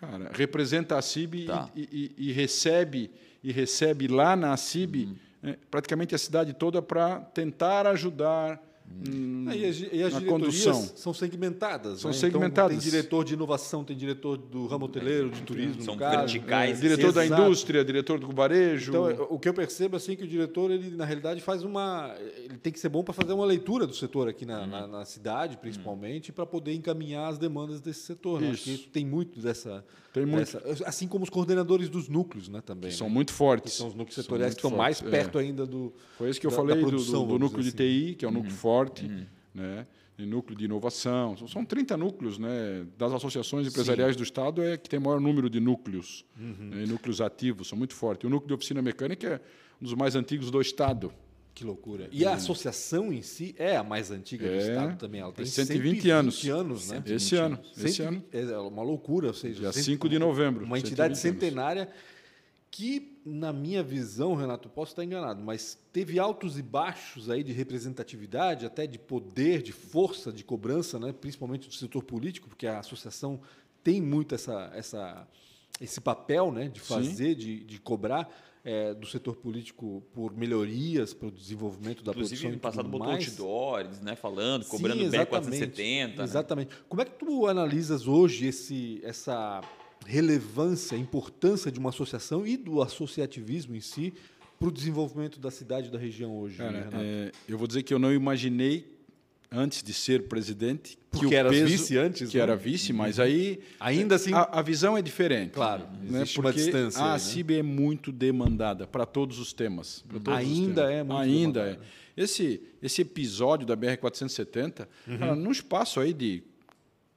[SPEAKER 3] Cara, representa a CIB e-
[SPEAKER 2] Tá.
[SPEAKER 3] e, e- e recebe e recebe lá na CIB né, praticamente a cidade toda para tentar ajudar. hum,
[SPEAKER 1] Ah, e as, e as
[SPEAKER 3] Na
[SPEAKER 1] diretorias
[SPEAKER 3] condução.
[SPEAKER 1] são segmentadas.
[SPEAKER 3] São
[SPEAKER 1] né?
[SPEAKER 3] segmentadas.
[SPEAKER 1] Então, tem diretor de inovação, tem diretor do ramo hoteleiro, de turismo. é,
[SPEAKER 2] São
[SPEAKER 1] no caso.
[SPEAKER 2] verticais.
[SPEAKER 3] eh, diretor da
[SPEAKER 1] Exato.
[SPEAKER 3] indústria, diretor do varejo.
[SPEAKER 1] Então, é, o que eu percebo assim que o diretor, ele na realidade faz uma, ele tem que ser bom para fazer uma leitura do setor aqui
[SPEAKER 2] Uhum.
[SPEAKER 1] na, na- na cidade, principalmente, para poder encaminhar as demandas desse setor. Né? Acho que
[SPEAKER 3] Isso.
[SPEAKER 1] tem muito dessa,
[SPEAKER 3] Tem muito.
[SPEAKER 1] dessa- assim como os coordenadores dos núcleos, né, também.
[SPEAKER 3] são
[SPEAKER 1] né?
[SPEAKER 3] muito
[SPEAKER 1] que
[SPEAKER 3] fortes.
[SPEAKER 1] são os núcleos setoriais
[SPEAKER 3] muito
[SPEAKER 1] que estão mais
[SPEAKER 3] fortes, é.
[SPEAKER 1] perto ainda do.
[SPEAKER 3] Foi isso que eu
[SPEAKER 1] da- da
[SPEAKER 3] falei do-
[SPEAKER 1] produção,
[SPEAKER 3] do, do
[SPEAKER 1] vamos
[SPEAKER 3] núcleo de
[SPEAKER 1] dizer assim. Uhum.
[SPEAKER 3] TI, que é um núcleo forte, né? E núcleo de inovação. São, são 30 núcleos, né? Das associações empresariais do Estado é que tem maior número de núcleos,
[SPEAKER 1] Uhum.
[SPEAKER 3] né? E núcleos ativos, são muito fortes. E o núcleo de oficina mecânica é um dos mais antigos do Estado. né?
[SPEAKER 1] Que loucura. E a associação em si é a mais antiga do
[SPEAKER 3] É.
[SPEAKER 1] Estado também. Ela tem
[SPEAKER 3] Faz 120 anos.
[SPEAKER 1] anos, né?
[SPEAKER 3] Esse ano, esse
[SPEAKER 1] 120
[SPEAKER 3] ano.
[SPEAKER 1] É uma loucura, ou seja,
[SPEAKER 3] Dia
[SPEAKER 1] cento-
[SPEAKER 3] 5 de novembro.
[SPEAKER 1] Uma entidade
[SPEAKER 3] 120 anos.
[SPEAKER 1] centenária que, na minha visão, Renato, posso estar enganado, mas teve altos e baixos aí de representatividade, até de poder, de força, de cobrança, né? principalmente do setor político, porque a associação tem muito essa, essa esse papel né, de fazer, de, de cobrar é, do setor político por melhorias para o desenvolvimento da
[SPEAKER 2] Inclusive,
[SPEAKER 1] produção. e
[SPEAKER 2] no passado
[SPEAKER 1] tudo
[SPEAKER 2] botou
[SPEAKER 1] mais.
[SPEAKER 2] outdoors, né? Falando,
[SPEAKER 1] Sim,
[SPEAKER 2] cobrando bem
[SPEAKER 1] exatamente,
[SPEAKER 2] 470. né?
[SPEAKER 1] Exatamente. Como é que tu analisas hoje esse, essa relevância, importância de uma associação e do associativismo em si para o desenvolvimento da cidade e da região hoje,
[SPEAKER 3] Cara,
[SPEAKER 1] né, Renato?
[SPEAKER 3] é, eu vou dizer que eu não imaginei antes de ser presidente que
[SPEAKER 1] Porque
[SPEAKER 3] o
[SPEAKER 1] eras
[SPEAKER 3] peso-
[SPEAKER 1] vice antes,
[SPEAKER 3] que
[SPEAKER 1] né?
[SPEAKER 3] era vice, mas aí
[SPEAKER 1] Ainda assim-
[SPEAKER 3] a, a visão é diferente.
[SPEAKER 1] Claro,
[SPEAKER 3] né?
[SPEAKER 1] existe uma
[SPEAKER 3] Porque
[SPEAKER 1] distância aí,
[SPEAKER 3] A
[SPEAKER 1] né?
[SPEAKER 3] CIB é muito demandada para todos os temas. pra todos os
[SPEAKER 1] Ainda
[SPEAKER 3] temas.
[SPEAKER 1] é muito
[SPEAKER 3] Ainda
[SPEAKER 1] demandada.
[SPEAKER 3] é. Uhum. Esse esse episódio da BR 470, cara, num espaço aí de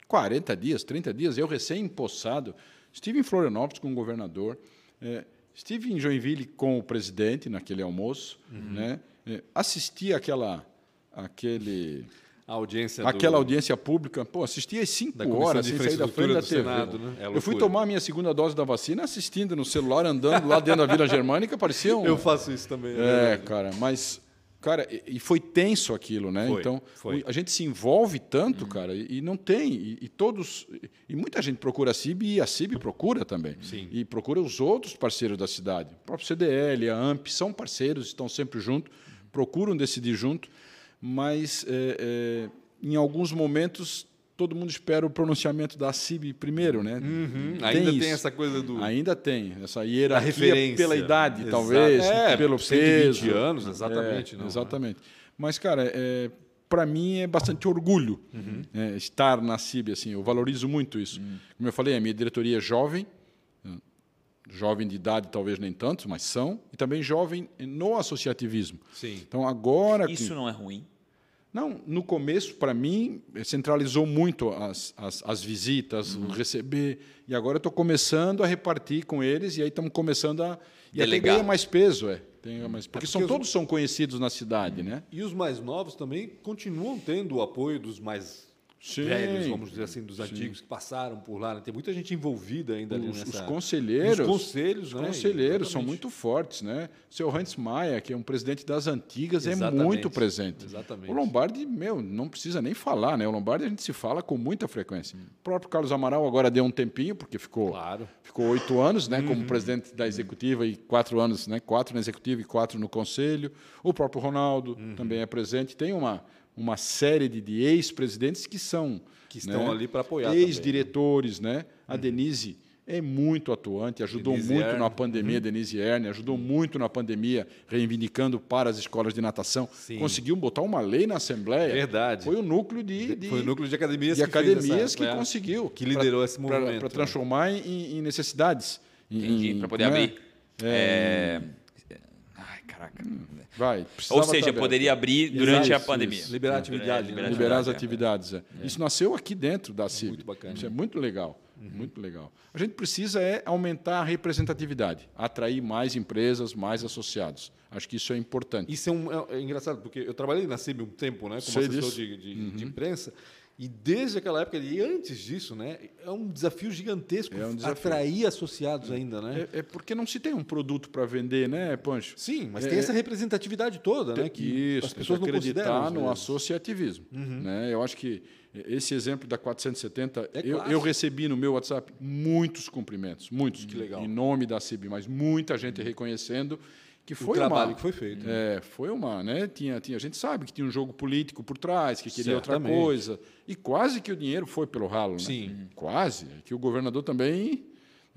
[SPEAKER 3] 40 dias, 30 dias, eu recém-empossado, estive em Florianópolis com o governador, eh, estive em Joinville com o presidente naquele almoço, né? Eh, assisti aquela, aquele,
[SPEAKER 1] A audiência do-
[SPEAKER 3] aquela audiência pública, pô, assisti às 5
[SPEAKER 1] Da Comissão
[SPEAKER 3] horas,
[SPEAKER 1] de
[SPEAKER 3] sem sair da frente
[SPEAKER 1] Infraestrutura
[SPEAKER 3] da
[SPEAKER 1] do
[SPEAKER 3] TV.
[SPEAKER 1] Senado, né? É
[SPEAKER 3] eu fui
[SPEAKER 1] loucura.
[SPEAKER 3] tomar a minha segunda dose da vacina assistindo no celular, andando lá dentro da Vila Germânica, parecia um...
[SPEAKER 1] Eu faço isso também. né?
[SPEAKER 3] É, cara, mas. Cara, e- e foi tenso aquilo, né?
[SPEAKER 1] Foi,
[SPEAKER 3] então,
[SPEAKER 1] foi. Uhum.
[SPEAKER 3] o- a gente se envolve tanto, cara, e, e não tem. E, e todos. E, e muita gente procura a CIB e a CIB procura também.
[SPEAKER 1] Sim.
[SPEAKER 3] E procura os outros parceiros da cidade. O próprio CDL, a AMP, são parceiros, estão sempre juntos, procuram decidir junto, mas é, é, em alguns momentos todo mundo espera o pronunciamento da CIB primeiro, né?
[SPEAKER 1] Uhum, Ainda tem,
[SPEAKER 3] isso.
[SPEAKER 1] essa coisa do.
[SPEAKER 3] Ainda tem essa hierarquia
[SPEAKER 1] referência.
[SPEAKER 3] pela idade,
[SPEAKER 1] Exato.
[SPEAKER 3] talvez,
[SPEAKER 1] É,
[SPEAKER 3] pelo
[SPEAKER 1] 120
[SPEAKER 3] peso.
[SPEAKER 1] anos, exatamente,
[SPEAKER 3] É,
[SPEAKER 1] não, né?
[SPEAKER 3] exatamente. Mas, cara, para mim é bastante orgulho
[SPEAKER 1] Uhum.
[SPEAKER 3] né, estar na CIB. Assim, eu valorizo muito isso. Como eu falei, a minha diretoria é jovem, né, jovem de idade talvez nem tanto, mas são, e também jovem no associativismo.
[SPEAKER 1] Sim.
[SPEAKER 3] Então, agora... que-
[SPEAKER 2] Isso não é ruim.
[SPEAKER 3] não, no começo, para mim, centralizou muito as, as, as visitas,
[SPEAKER 1] Uhum.
[SPEAKER 3] o receber. E agora eu estou começando a repartir com eles e aí estamos começando a. E até
[SPEAKER 2] Delegar.
[SPEAKER 3] ganha mais peso, é. Tem mais, porque são,
[SPEAKER 1] os-
[SPEAKER 3] todos são conhecidos na cidade, né?
[SPEAKER 1] E os mais novos também continuam tendo o apoio dos mais
[SPEAKER 3] Sim.
[SPEAKER 1] velhos, vamos dizer assim, dos antigos que passaram por lá. né? Tem muita gente envolvida ainda ali
[SPEAKER 3] Os, os
[SPEAKER 1] nessa...
[SPEAKER 3] conselheiros.
[SPEAKER 1] Os conselhos,
[SPEAKER 3] os
[SPEAKER 1] né?
[SPEAKER 3] conselheiros são
[SPEAKER 1] Exatamente.
[SPEAKER 3] muito fortes, né? O seu Hans Maia, que é um presidente das antigas,
[SPEAKER 1] Exatamente.
[SPEAKER 3] é muito presente.
[SPEAKER 1] Exatamente.
[SPEAKER 3] O Lombardi, meu, não precisa nem falar, né? O Lombardi a gente se fala com muita frequência. O próprio Carlos Amaral agora deu um tempinho, porque ficou.
[SPEAKER 1] Hum. Claro.
[SPEAKER 3] Ficou oito anos, né,
[SPEAKER 1] Uhum.
[SPEAKER 3] como presidente da executiva e quatro anos, né, quatro na executiva e quatro no conselho. O próprio Ronaldo
[SPEAKER 1] Uhum.
[SPEAKER 3] também é presente. Tem uma, uma série de, de ex-presidentes que são
[SPEAKER 1] Que estão ali pra apoiar também, né? Uhum.
[SPEAKER 3] Ex-diretores, né? A Denise é muito atuante, ajudou
[SPEAKER 1] Denise Uhum.
[SPEAKER 3] muito
[SPEAKER 1] Erne.
[SPEAKER 3] na pandemia, Denise Erne ajudou muito na pandemia, reivindicando para as escolas de natação.
[SPEAKER 1] Sim.
[SPEAKER 3] Conseguiu botar uma lei na Assembleia.
[SPEAKER 1] Verdade.
[SPEAKER 3] Foi o núcleo de, de
[SPEAKER 1] Foi o núcleo de academias
[SPEAKER 3] de
[SPEAKER 1] que fez
[SPEAKER 3] academias
[SPEAKER 1] essa-
[SPEAKER 3] que
[SPEAKER 1] é,
[SPEAKER 3] conseguiu
[SPEAKER 1] que liderou esse movimento,
[SPEAKER 3] para
[SPEAKER 1] né?
[SPEAKER 3] transformar em, em necessidades em-
[SPEAKER 1] Hum,
[SPEAKER 3] em-
[SPEAKER 2] Para poder
[SPEAKER 3] como é?
[SPEAKER 2] abrir. É... Ai, caraca.
[SPEAKER 3] vai
[SPEAKER 2] Ou
[SPEAKER 3] precisava
[SPEAKER 2] seja,
[SPEAKER 3] tá
[SPEAKER 2] poderia abrir durante a
[SPEAKER 3] Isso,
[SPEAKER 2] pandemia.
[SPEAKER 3] isso.
[SPEAKER 1] Liberar
[SPEAKER 2] É,
[SPEAKER 1] atividade, né?
[SPEAKER 3] aberto.
[SPEAKER 1] atividade,
[SPEAKER 3] liberar as
[SPEAKER 2] é.
[SPEAKER 3] atividades é. isso nasceu aqui dentro da CIB
[SPEAKER 1] muito bacana. né? Uhum.
[SPEAKER 3] isso é muito legal muito legal a gente precisa é aumentar a representatividade atrair mais empresas mais associados acho que isso é importante
[SPEAKER 1] Isso é, um, é- é engraçado, porque eu trabalhei na CIB um tempo, né? Como
[SPEAKER 3] Sei
[SPEAKER 1] assessor
[SPEAKER 3] disso. Uhum.
[SPEAKER 1] de, de- de imprensa. E desde aquela época, e antes disso, né? É um desafio gigantesco
[SPEAKER 3] É um desafio.
[SPEAKER 1] atrair associados ainda, né?
[SPEAKER 3] é, é porque não se tem um produto para vender né Pancho
[SPEAKER 1] Sim, mas
[SPEAKER 3] É-
[SPEAKER 1] tem essa representatividade toda, né? Que
[SPEAKER 3] Isso,
[SPEAKER 1] as pessoas não consideram.
[SPEAKER 3] acreditar
[SPEAKER 1] às
[SPEAKER 3] no
[SPEAKER 1] vezes.
[SPEAKER 3] associativismo. Né? Eu acho que esse exemplo da 470,
[SPEAKER 1] É
[SPEAKER 3] eu,
[SPEAKER 1] clássico.
[SPEAKER 3] eu recebi no meu WhatsApp muitos cumprimentos, muitos, que
[SPEAKER 1] legal.
[SPEAKER 3] em nome da CIB, mas muita gente reconhecendo que foi
[SPEAKER 1] trabalho
[SPEAKER 3] uma,
[SPEAKER 1] que foi feito.
[SPEAKER 3] É, foi uma, né? Tinha, tinha, a gente sabe que tinha um jogo político por trás, que queria outra
[SPEAKER 1] Certamente.
[SPEAKER 3] coisa, e quase que o dinheiro foi pelo ralo, né?
[SPEAKER 1] Sim.
[SPEAKER 3] Quase, que o governador também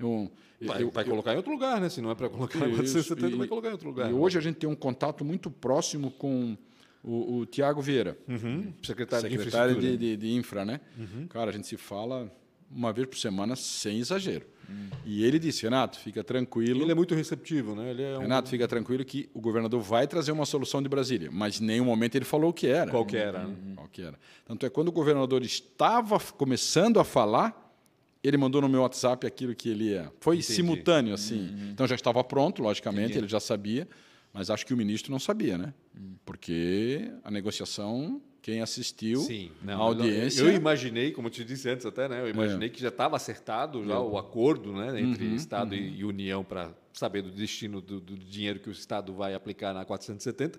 [SPEAKER 3] um,
[SPEAKER 1] Vai,
[SPEAKER 3] eu-
[SPEAKER 1] vai
[SPEAKER 3] eu-
[SPEAKER 1] colocar em outro lugar, né? Se não é para colocar em
[SPEAKER 3] isso,
[SPEAKER 1] 470,
[SPEAKER 3] e-
[SPEAKER 1] vai colocar em outro lugar. né?
[SPEAKER 3] E hoje a gente tem um contato muito próximo com o, o Tiago Vieira,
[SPEAKER 1] Uhum. Secretário, de Uhum.
[SPEAKER 3] secretário de,
[SPEAKER 1] Infraestrutura.
[SPEAKER 3] de, de Infra, né? Cara, a gente se fala uma vez por semana sem exagero. E ele disse, Renato, fica tranquilo.
[SPEAKER 1] Ele é muito receptivo, né? Ele é um...
[SPEAKER 3] Renato, fica tranquilo que o governador vai trazer uma solução de Brasília, mas em nenhum momento ele falou o que era. Uhum.
[SPEAKER 1] Qual que era, né?
[SPEAKER 3] Qual que era. Tanto é quando o governador estava f- começando a falar, ele mandou no meu WhatsApp aquilo que ele ia. Foi simultâneo, assim.
[SPEAKER 1] Uhum.
[SPEAKER 3] Então já estava pronto, logicamente, ele já sabia, mas acho que o ministro não sabia, né?
[SPEAKER 1] Hum.
[SPEAKER 3] Porque a negociação, quem assistiu,
[SPEAKER 1] não,
[SPEAKER 3] a audiência. É.
[SPEAKER 1] Eu imaginei, como eu te disse antes até, né? Eu imaginei que já estava acertado já o acordo né, entre
[SPEAKER 3] Uhum,
[SPEAKER 1] Estado e e União para saber do destino do, do dinheiro que o Estado vai aplicar na 470,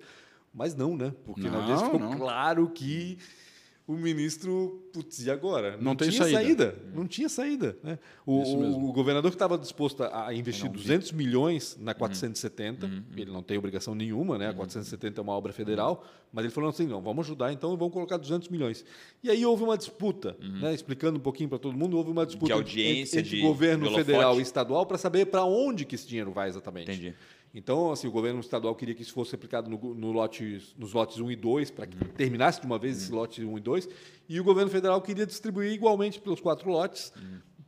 [SPEAKER 1] mas não, né? Porque na
[SPEAKER 3] Não,
[SPEAKER 1] audiência ficou
[SPEAKER 3] não.
[SPEAKER 1] claro que o o ministro, putz, e agora?
[SPEAKER 3] Não tem
[SPEAKER 1] tinha
[SPEAKER 3] saída.
[SPEAKER 1] Não tinha saída. Né? O,
[SPEAKER 3] Isso mesmo.
[SPEAKER 1] o governador que estava disposto a a investir
[SPEAKER 3] vi.
[SPEAKER 1] 200 milhões
[SPEAKER 2] Uhum.
[SPEAKER 1] na 470, ele não tem obrigação nenhuma, né? A 470 é uma
[SPEAKER 2] Uhum.
[SPEAKER 1] obra federal, mas ele falou assim, não, vamos ajudar então e vamos colocar 200 milhões. E aí houve uma disputa, né? explicando um pouquinho para todo mundo, houve uma disputa
[SPEAKER 2] Uhum. audiência,
[SPEAKER 1] entre,
[SPEAKER 2] de
[SPEAKER 1] entre governo
[SPEAKER 2] holofote.
[SPEAKER 1] federal e estadual para saber para onde que esse dinheiro vai exatamente.
[SPEAKER 2] é. Entendi.
[SPEAKER 1] Então, assim, o governo estadual queria que isso fosse aplicado no, no lote, nos lotes 1 e 2, para que terminasse de uma vez esse lote 1 e 2, e o governo federal queria distribuir igualmente pelos quatro lotes,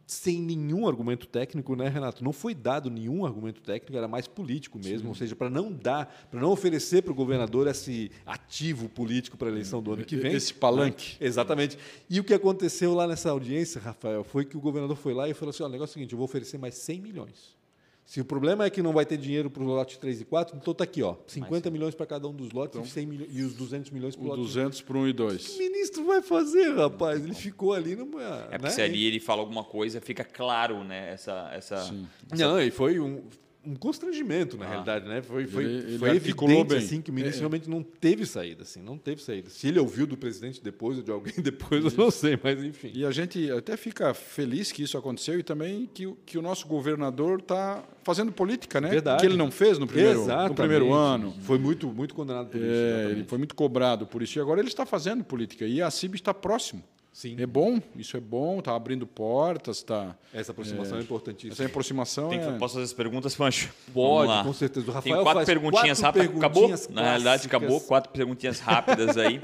[SPEAKER 1] sem nenhum argumento técnico, né, Renato? Não foi dado nenhum argumento técnico, era mais político mesmo, ou seja, para não dar, para não oferecer para o governador esse ativo político para a eleição do ano que vem. É,
[SPEAKER 3] Esse palanque.
[SPEAKER 1] Exatamente. E o que aconteceu lá nessa audiência, Rafael, foi que o governador foi lá e falou assim: ó, o negócio é o seguinte, eu vou oferecer mais 100 milhões. Se o problema é que não vai ter dinheiro para o lote 3 e 4, então tá aqui, ó, 50 milhões para cada um dos lotes
[SPEAKER 2] Então,
[SPEAKER 1] e, 100 milho- e os 200 milhões para o
[SPEAKER 3] O
[SPEAKER 1] lote.
[SPEAKER 3] 200 para 1 e
[SPEAKER 1] O
[SPEAKER 3] 2.
[SPEAKER 1] ministro vai fazer, rapaz. Ele ficou ali numa.
[SPEAKER 2] É porque
[SPEAKER 1] né?
[SPEAKER 2] se ali ele fala alguma coisa, fica claro, né? Essa. essa...
[SPEAKER 1] Não, e foi um, um constrangimento, na
[SPEAKER 2] Ah.
[SPEAKER 1] realidade, né? Foi, foi,
[SPEAKER 3] ele
[SPEAKER 1] foi
[SPEAKER 3] articulou
[SPEAKER 1] evidente
[SPEAKER 3] bem.
[SPEAKER 1] assim, que o ministro
[SPEAKER 3] É.
[SPEAKER 1] realmente não teve saída, assim, não teve saída. Se ele ouviu do presidente depois ou de alguém depois, eu não sei, mas enfim.
[SPEAKER 3] E a gente até fica feliz que isso aconteceu e também que, o- que o nosso governador está fazendo política, né?
[SPEAKER 1] Verdade.
[SPEAKER 3] Que ele não fez no primeiro, no
[SPEAKER 1] Exatamente.
[SPEAKER 3] primeiro ano.
[SPEAKER 1] Foi muito, muito condenado por isso.
[SPEAKER 3] É,
[SPEAKER 1] exatamente.
[SPEAKER 3] ele foi muito cobrado por isso e agora ele está fazendo política e a CIB está próximo.
[SPEAKER 1] Sim.
[SPEAKER 3] É bom, isso é bom, está abrindo portas, está.
[SPEAKER 1] Essa aproximação é,
[SPEAKER 3] Essa
[SPEAKER 1] importantíssima.
[SPEAKER 3] aproximação
[SPEAKER 2] Tem que-
[SPEAKER 3] é.
[SPEAKER 2] Posso fazer as perguntas, Pancho? Vamos lá.
[SPEAKER 1] Então Pode, com certeza. O Rafael
[SPEAKER 2] Tem quatro
[SPEAKER 1] faz
[SPEAKER 2] perguntinhas
[SPEAKER 1] quatro
[SPEAKER 2] rápidas. Acabou?
[SPEAKER 1] perguntinhas
[SPEAKER 2] Na realidade,
[SPEAKER 1] clássicas.
[SPEAKER 2] acabou. Quatro perguntinhas rápidas aí.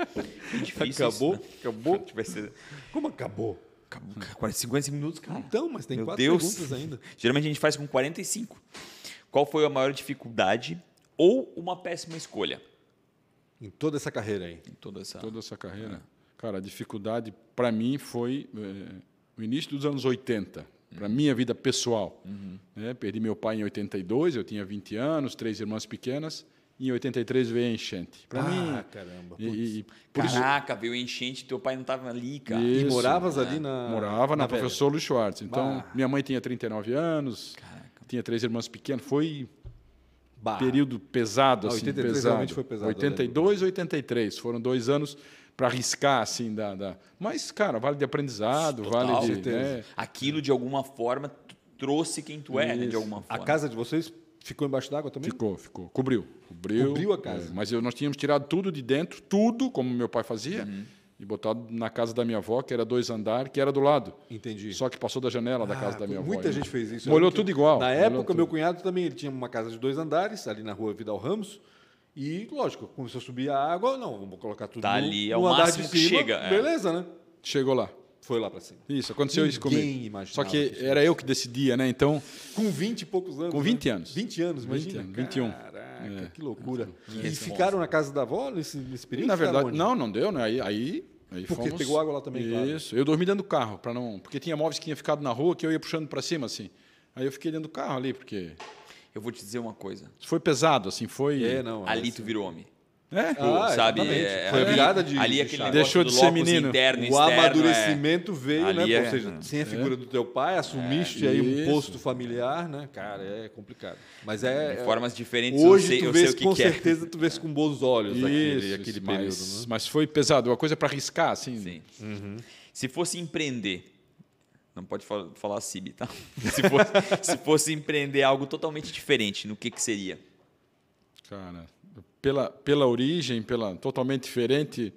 [SPEAKER 2] Difícil
[SPEAKER 1] Acabou?
[SPEAKER 2] Isso, né? Acabou? Vai ser...
[SPEAKER 3] Assim,
[SPEAKER 1] Como acabou?
[SPEAKER 2] acabou. cara, 40, 50 minutos, cara.
[SPEAKER 1] Então, mas tem
[SPEAKER 2] Meu
[SPEAKER 1] quatro
[SPEAKER 2] Deus.
[SPEAKER 1] perguntas ainda.
[SPEAKER 2] Geralmente a gente faz com 45. Qual foi a maior dificuldade ou uma péssima escolha?
[SPEAKER 1] Em toda essa carreira aí.
[SPEAKER 2] Em toda
[SPEAKER 1] Tá.
[SPEAKER 2] essa.
[SPEAKER 3] toda essa carreira. Cara, a dificuldade para mim foi eh, o início dos anos 80, para
[SPEAKER 1] Uhum.
[SPEAKER 3] minha vida pessoal. né? Perdi meu pai em 82, eu tinha 20 anos, três irmãs pequenas, e em 83 veio a enchente. Para
[SPEAKER 1] ah,
[SPEAKER 3] mim,
[SPEAKER 1] caramba.
[SPEAKER 3] e, e- e por isso,
[SPEAKER 2] Caraca, veio enchente, teu pai não tava ali, cara.
[SPEAKER 1] E
[SPEAKER 3] Isso, É.
[SPEAKER 1] moravas ali na.
[SPEAKER 3] morava na,
[SPEAKER 1] velha?
[SPEAKER 3] professor Luiz Schwartz. Então,
[SPEAKER 1] Bah.
[SPEAKER 3] minha mãe tinha 39 anos,
[SPEAKER 2] Caraca.
[SPEAKER 3] tinha três irmãs pequenas, foi
[SPEAKER 1] Bah.
[SPEAKER 3] período pesado,
[SPEAKER 1] Ah,
[SPEAKER 3] assim,
[SPEAKER 1] 83
[SPEAKER 3] pesado.
[SPEAKER 1] realmente foi pesado, né?
[SPEAKER 3] 82, 83, foram dois anos para arriscar, assim, da, da- Mas, cara, vale de aprendizado,
[SPEAKER 2] Total.
[SPEAKER 3] vale de...
[SPEAKER 1] Certeza.
[SPEAKER 3] né?
[SPEAKER 2] Aquilo, de alguma forma, t- trouxe quem tu é, né? De
[SPEAKER 3] Isso.
[SPEAKER 2] alguma
[SPEAKER 1] A
[SPEAKER 2] forma.
[SPEAKER 1] casa de vocês ficou embaixo d'água também?
[SPEAKER 3] Ficou, ficou. Cobriu. Cobriu,
[SPEAKER 1] Cobriu a casa.
[SPEAKER 3] é, mas eu, nós tínhamos tirado tudo de dentro, tudo, como meu pai fazia,
[SPEAKER 1] Uhum.
[SPEAKER 3] e botado na casa da minha avó, que era dois andar, que era do lado.
[SPEAKER 1] Entendi.
[SPEAKER 3] Só que passou da janela da
[SPEAKER 1] Ah,
[SPEAKER 3] casa da minha avó.
[SPEAKER 1] muita
[SPEAKER 3] né?
[SPEAKER 1] gente fez isso. Eu
[SPEAKER 3] Molhou
[SPEAKER 1] lembro que
[SPEAKER 3] tudo igual.
[SPEAKER 1] Na
[SPEAKER 3] molhou
[SPEAKER 1] época,
[SPEAKER 3] tudo.
[SPEAKER 1] meu cunhado também ele tinha uma casa de dois andares, ali na rua Vidal Ramos. E, lógico, começou a subir a água. Não, vamos colocar tudo
[SPEAKER 2] Tá
[SPEAKER 1] no,
[SPEAKER 2] ali, é
[SPEAKER 1] no
[SPEAKER 2] o
[SPEAKER 1] andar
[SPEAKER 2] máximo
[SPEAKER 1] de
[SPEAKER 2] que
[SPEAKER 1] cima.
[SPEAKER 2] chega, é.
[SPEAKER 1] Beleza, né?
[SPEAKER 3] Chegou lá.
[SPEAKER 1] Foi lá pra cima.
[SPEAKER 3] Isso, aconteceu isso
[SPEAKER 1] Ninguém
[SPEAKER 3] comigo. Só
[SPEAKER 1] imaginava
[SPEAKER 3] que
[SPEAKER 1] que isso
[SPEAKER 3] era eu que decidia, né? Então,
[SPEAKER 1] Com 20 e poucos anos.
[SPEAKER 3] Com 20 anos.
[SPEAKER 1] 20 anos,
[SPEAKER 3] 20
[SPEAKER 1] imagina.
[SPEAKER 3] anos, 21.
[SPEAKER 1] Caraca,
[SPEAKER 3] É.
[SPEAKER 1] que loucura. E
[SPEAKER 2] Esse
[SPEAKER 1] ficaram na casa da avó nesse, nesse período?
[SPEAKER 3] na
[SPEAKER 1] Ficaram
[SPEAKER 3] verdade,
[SPEAKER 1] onde?
[SPEAKER 3] não, não deu, né? Aí, aí, aí
[SPEAKER 1] Porque
[SPEAKER 3] fomos-
[SPEAKER 1] pegou água lá também, claro.
[SPEAKER 3] Isso. Eu dormi dentro do carro para não, porque tinha móveis que tinha ficado na rua que eu ia puxando para cima assim. Aí eu fiquei dentro do carro ali porque
[SPEAKER 2] Eu vou te dizer uma coisa.
[SPEAKER 3] foi pesado assim, foi.
[SPEAKER 1] É, não. é
[SPEAKER 2] ali
[SPEAKER 1] assim.
[SPEAKER 2] tu virou homem.
[SPEAKER 3] É?
[SPEAKER 1] Ah,
[SPEAKER 2] sabe?
[SPEAKER 1] exatamente.
[SPEAKER 2] É,
[SPEAKER 1] Foi a
[SPEAKER 2] ali-
[SPEAKER 1] virada de-
[SPEAKER 2] Ali
[SPEAKER 1] de
[SPEAKER 2] aquele
[SPEAKER 1] chave.
[SPEAKER 2] negócio
[SPEAKER 3] Deixou
[SPEAKER 2] do
[SPEAKER 3] de ser
[SPEAKER 2] lóculos
[SPEAKER 3] menino.
[SPEAKER 2] Interno,
[SPEAKER 1] o
[SPEAKER 2] externo, é.
[SPEAKER 1] amadurecimento veio,
[SPEAKER 2] Ali
[SPEAKER 1] né?
[SPEAKER 2] é-
[SPEAKER 1] Ou seja, sem a figura do teu pai, assumiste aí um
[SPEAKER 3] É, Isso.
[SPEAKER 1] posto familiar, né? Cara, é complicado. Mas
[SPEAKER 2] é,
[SPEAKER 1] é.
[SPEAKER 2] de
[SPEAKER 1] é-
[SPEAKER 2] formas diferentes.
[SPEAKER 1] hoje
[SPEAKER 2] eu sei,
[SPEAKER 1] tu
[SPEAKER 2] eu sei
[SPEAKER 1] vês,
[SPEAKER 2] o que
[SPEAKER 1] com
[SPEAKER 2] que é.
[SPEAKER 1] certeza, tu vês com bons olhos aquele, aquele
[SPEAKER 3] isso,
[SPEAKER 1] período,
[SPEAKER 3] mas,
[SPEAKER 1] né?
[SPEAKER 3] mas foi pesado, uma coisa para arriscar assim.
[SPEAKER 2] Sim. Se fosse empreender, não pode fal- falar CIB, tá? Se fosse, se fosse empreender algo totalmente diferente, no que que seria?
[SPEAKER 3] Cara, pela pela origem, pela totalmente diferente,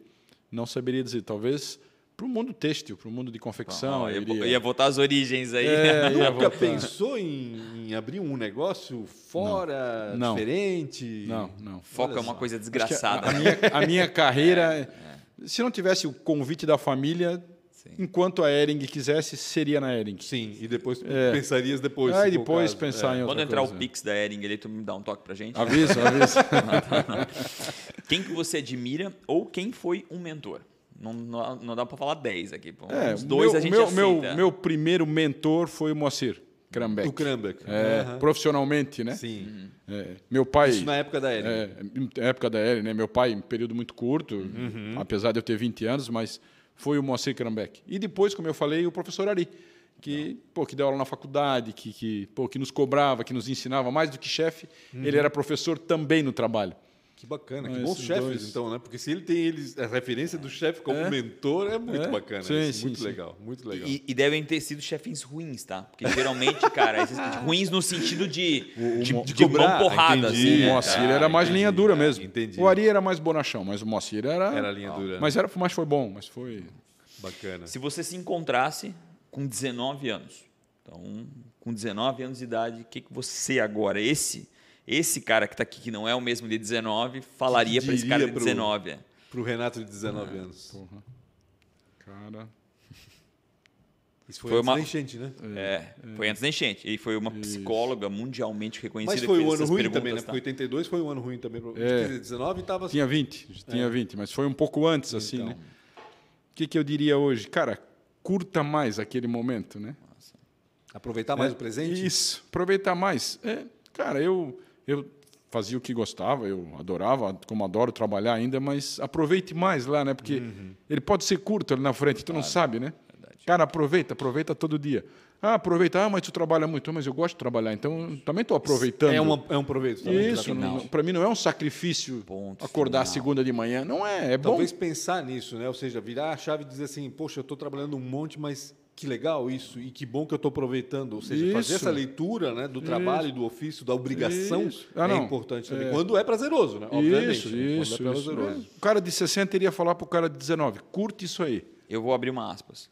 [SPEAKER 3] não saberia dizer, talvez para o mundo têxtil, para o mundo de confecção,
[SPEAKER 2] Ah,
[SPEAKER 3] eu
[SPEAKER 2] ia,
[SPEAKER 3] iria.
[SPEAKER 2] bo- ia botar as origens aí.
[SPEAKER 3] É, ia
[SPEAKER 1] Nunca
[SPEAKER 3] voltar.
[SPEAKER 1] pensou em, em abrir um negócio fora,
[SPEAKER 3] Não.
[SPEAKER 1] diferente?
[SPEAKER 3] Não, não.
[SPEAKER 2] Foco
[SPEAKER 1] olha
[SPEAKER 2] é uma
[SPEAKER 1] só.
[SPEAKER 2] coisa
[SPEAKER 3] Acho que a-
[SPEAKER 2] desgraçada.
[SPEAKER 3] A,
[SPEAKER 2] né?
[SPEAKER 3] minha, a
[SPEAKER 1] É,
[SPEAKER 3] minha carreira, se não tivesse o convite da família,
[SPEAKER 2] Sim.
[SPEAKER 3] enquanto a Ering quisesse, seria na Ering.
[SPEAKER 1] Sim, e depois tu
[SPEAKER 3] É.
[SPEAKER 1] pensarias Ah, depois.
[SPEAKER 3] Aí
[SPEAKER 1] se for o
[SPEAKER 3] depois
[SPEAKER 1] caso. É.
[SPEAKER 3] pensar em outra
[SPEAKER 2] Quando entrar
[SPEAKER 3] coisa. Ah, tá.
[SPEAKER 2] o Pix da Ering ali, tu me dá um toque pra gente.
[SPEAKER 3] é.
[SPEAKER 2] tá,
[SPEAKER 3] Aviso, aviso.
[SPEAKER 2] Quem que você admira ou quem foi um mentor? Não, não, não dá pra falar 10 aqui. Pô.
[SPEAKER 3] É,
[SPEAKER 2] Os dois
[SPEAKER 3] meu,
[SPEAKER 2] a gente
[SPEAKER 3] meu,
[SPEAKER 2] aceita.
[SPEAKER 3] meu, meu primeiro mentor foi o Moacir
[SPEAKER 1] É.
[SPEAKER 3] Krambeck.
[SPEAKER 1] O Krambeck.
[SPEAKER 3] É,
[SPEAKER 1] Aham.
[SPEAKER 3] Profissionalmente, né?
[SPEAKER 1] Sim.
[SPEAKER 3] É, meu pai...
[SPEAKER 1] Isso na época da Ellen.
[SPEAKER 3] É, na época da Ellen, né? Meu pai, um período muito curto, apesar de eu ter 20 anos, mas foi o Moacir Krambeck. E depois, como eu falei, o professor Ari, que, pô, que deu aula na faculdade, que, que, pô, que nos cobrava, que nos ensinava mais do que chefe, ele era professor também no trabalho.
[SPEAKER 1] Que bacana,
[SPEAKER 3] Ah,
[SPEAKER 1] que bons
[SPEAKER 3] esses
[SPEAKER 1] chefes,
[SPEAKER 3] dois.
[SPEAKER 1] então, né? Porque se ele tem eles, a referência do chefe como
[SPEAKER 3] É.
[SPEAKER 1] mentor, é muito
[SPEAKER 3] É.
[SPEAKER 1] bacana.
[SPEAKER 3] Sim,
[SPEAKER 1] isso,
[SPEAKER 3] sim,
[SPEAKER 1] muito
[SPEAKER 3] sim.
[SPEAKER 1] legal, muito legal.
[SPEAKER 2] E, e devem ter sido chefins ruins, tá? Porque geralmente, cara, esses ruins no sentido de,
[SPEAKER 1] Ah. o
[SPEAKER 2] de,
[SPEAKER 1] Mo-
[SPEAKER 2] de
[SPEAKER 1] cobrar,
[SPEAKER 2] mão porrada,
[SPEAKER 1] entendi.
[SPEAKER 2] assim.
[SPEAKER 3] o
[SPEAKER 2] né,
[SPEAKER 3] Moacir
[SPEAKER 2] cara?
[SPEAKER 3] era mais
[SPEAKER 1] entendi,
[SPEAKER 3] linha dura
[SPEAKER 1] é. ah,
[SPEAKER 3] mesmo.
[SPEAKER 1] entendi.
[SPEAKER 3] O Ari era mais bonachão, mas o Moacir era.
[SPEAKER 1] Era a linha dura.
[SPEAKER 3] Ah, Mas, era, mas foi bom, mas foi.
[SPEAKER 1] Bacana.
[SPEAKER 2] Se você se encontrasse com 19 anos, então, com 19 anos de idade, o que, que você agora, esse esse cara que tá aqui, que não é o mesmo de 19, falaria para esse
[SPEAKER 1] Diria
[SPEAKER 2] cara de
[SPEAKER 1] pro-
[SPEAKER 2] 19? é?
[SPEAKER 1] Para o Renato de
[SPEAKER 3] É.
[SPEAKER 1] 19 anos.
[SPEAKER 3] Porra. Cara.
[SPEAKER 1] Isso foi,
[SPEAKER 2] Foi
[SPEAKER 1] antes
[SPEAKER 2] uma-
[SPEAKER 1] da enchente, né?
[SPEAKER 2] É, foi antes da enchente. E foi uma psicóloga mundialmente reconhecida
[SPEAKER 1] Mas
[SPEAKER 2] que
[SPEAKER 1] foi
[SPEAKER 2] fez
[SPEAKER 1] um ano
[SPEAKER 2] essas
[SPEAKER 1] ruim
[SPEAKER 2] perguntas,
[SPEAKER 1] também, né?
[SPEAKER 2] tá?
[SPEAKER 1] Porque 82 foi um ano ruim também. Pro...
[SPEAKER 3] É.
[SPEAKER 1] 19 estava...
[SPEAKER 3] Tinha 20, tinha 20, mas foi um pouco antes, assim,
[SPEAKER 1] É. Então.
[SPEAKER 3] né? O que, que eu diria hoje? Cara, curta mais aquele momento, né?
[SPEAKER 1] Aproveitar mais o presente?
[SPEAKER 3] É, Isso, aproveitar mais. É, cara, eu, eu fazia o que gostava, eu adorava, como adoro trabalhar ainda, mas aproveite mais lá, né? Porque
[SPEAKER 1] Uhum.
[SPEAKER 3] ele pode ser curto ali na frente, tu não sabe, né? Cara, aproveita, aproveita todo dia. Ah, aproveita, ah, mas tu trabalha muito, Ah, mas eu gosto de trabalhar, então eu também estou aproveitando.
[SPEAKER 1] É, uma, é um proveito também.
[SPEAKER 3] Isso,
[SPEAKER 2] final.
[SPEAKER 3] para mim não é um sacrifício
[SPEAKER 2] Ponto
[SPEAKER 3] acordar
[SPEAKER 2] final.
[SPEAKER 3] segunda de manhã, não é, é bom.
[SPEAKER 1] Talvez pensar nisso, né? Ou seja, virar a chave e dizer assim, poxa, eu estou trabalhando um monte, mas que legal isso e que bom que eu estou aproveitando. Ou seja, fazer
[SPEAKER 3] Isso.
[SPEAKER 1] essa leitura né, do trabalho, do ofício, da obrigação
[SPEAKER 3] Isso. Ah,
[SPEAKER 1] é
[SPEAKER 3] não.
[SPEAKER 1] importante também. Quando é prazeroso, né? Obviamente.
[SPEAKER 3] Isso,
[SPEAKER 1] né? Quando é
[SPEAKER 3] isso, isso.
[SPEAKER 1] prazeroso.
[SPEAKER 3] O cara de 60 iria falar pro cara de 19, curte isso aí.
[SPEAKER 2] Eu vou abrir uma aspas.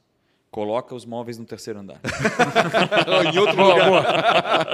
[SPEAKER 2] Coloca os móveis no terceiro andar.
[SPEAKER 3] em outro lugar.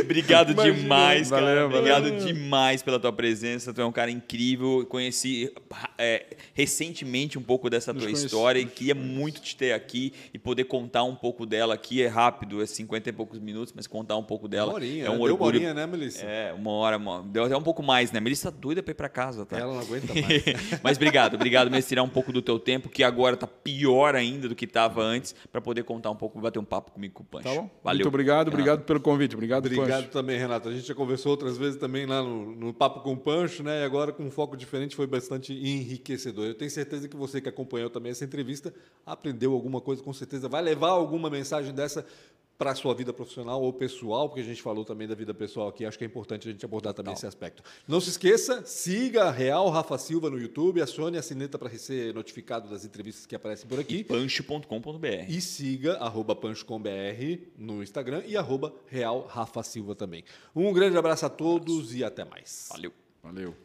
[SPEAKER 2] Obrigado
[SPEAKER 3] Imagina.
[SPEAKER 2] demais, cara.
[SPEAKER 3] Valeu, valeu.
[SPEAKER 2] Obrigado demais pela tua presença. Tu é um cara incrível. Conheci é, recentemente um pouco dessa tua
[SPEAKER 3] conheci-
[SPEAKER 2] história e queria muito te ter aqui e poder contar um pouco dela aqui. É rápido, é 50 e poucos minutos, mas contar um pouco dela
[SPEAKER 1] Uma horinha,
[SPEAKER 2] é
[SPEAKER 1] né?
[SPEAKER 2] um
[SPEAKER 1] Deu
[SPEAKER 2] orgulho.
[SPEAKER 1] uma horinha, né, Melissa?
[SPEAKER 2] É, uma hora, uma... deu até um pouco mais, né? Melissa tá doida pra ir pra casa,
[SPEAKER 3] É,
[SPEAKER 2] tá?
[SPEAKER 1] Ela não aguenta mais.
[SPEAKER 2] Mas obrigado, obrigado mesmo tirar um pouco do teu tempo, que agora tá pior ainda do que tava antes, pra poder contar um pouco, bater um papo comigo com o Pancho.
[SPEAKER 3] Tá bom?
[SPEAKER 2] Valeu. É,
[SPEAKER 3] Muito obrigado, obrigado pelo convite. Obrigado,
[SPEAKER 1] Obrigado
[SPEAKER 3] Pancho.
[SPEAKER 1] também, Renato. A gente já conversou outras vezes também lá no, no Papo com o Pancho, né? E agora com um foco diferente foi bastante enriquecedor. Eu tenho certeza que você que acompanhou também essa entrevista aprendeu alguma coisa, com certeza vai levar alguma mensagem dessa para a sua vida profissional ou pessoal, porque a gente falou também da vida pessoal aqui, acho que é importante a gente abordar também esse aspecto. Não se esqueça, siga a Real Rafa Silva no YouTube, acione a sineta para ser notificado das entrevistas que aparecem por aqui.
[SPEAKER 2] Pancho.com.br.
[SPEAKER 1] E siga arroba pancho.com.br no Instagram e arroba real Rafa Silva também. Um grande abraço a todos e até mais.
[SPEAKER 2] Valeu.
[SPEAKER 3] Valeu.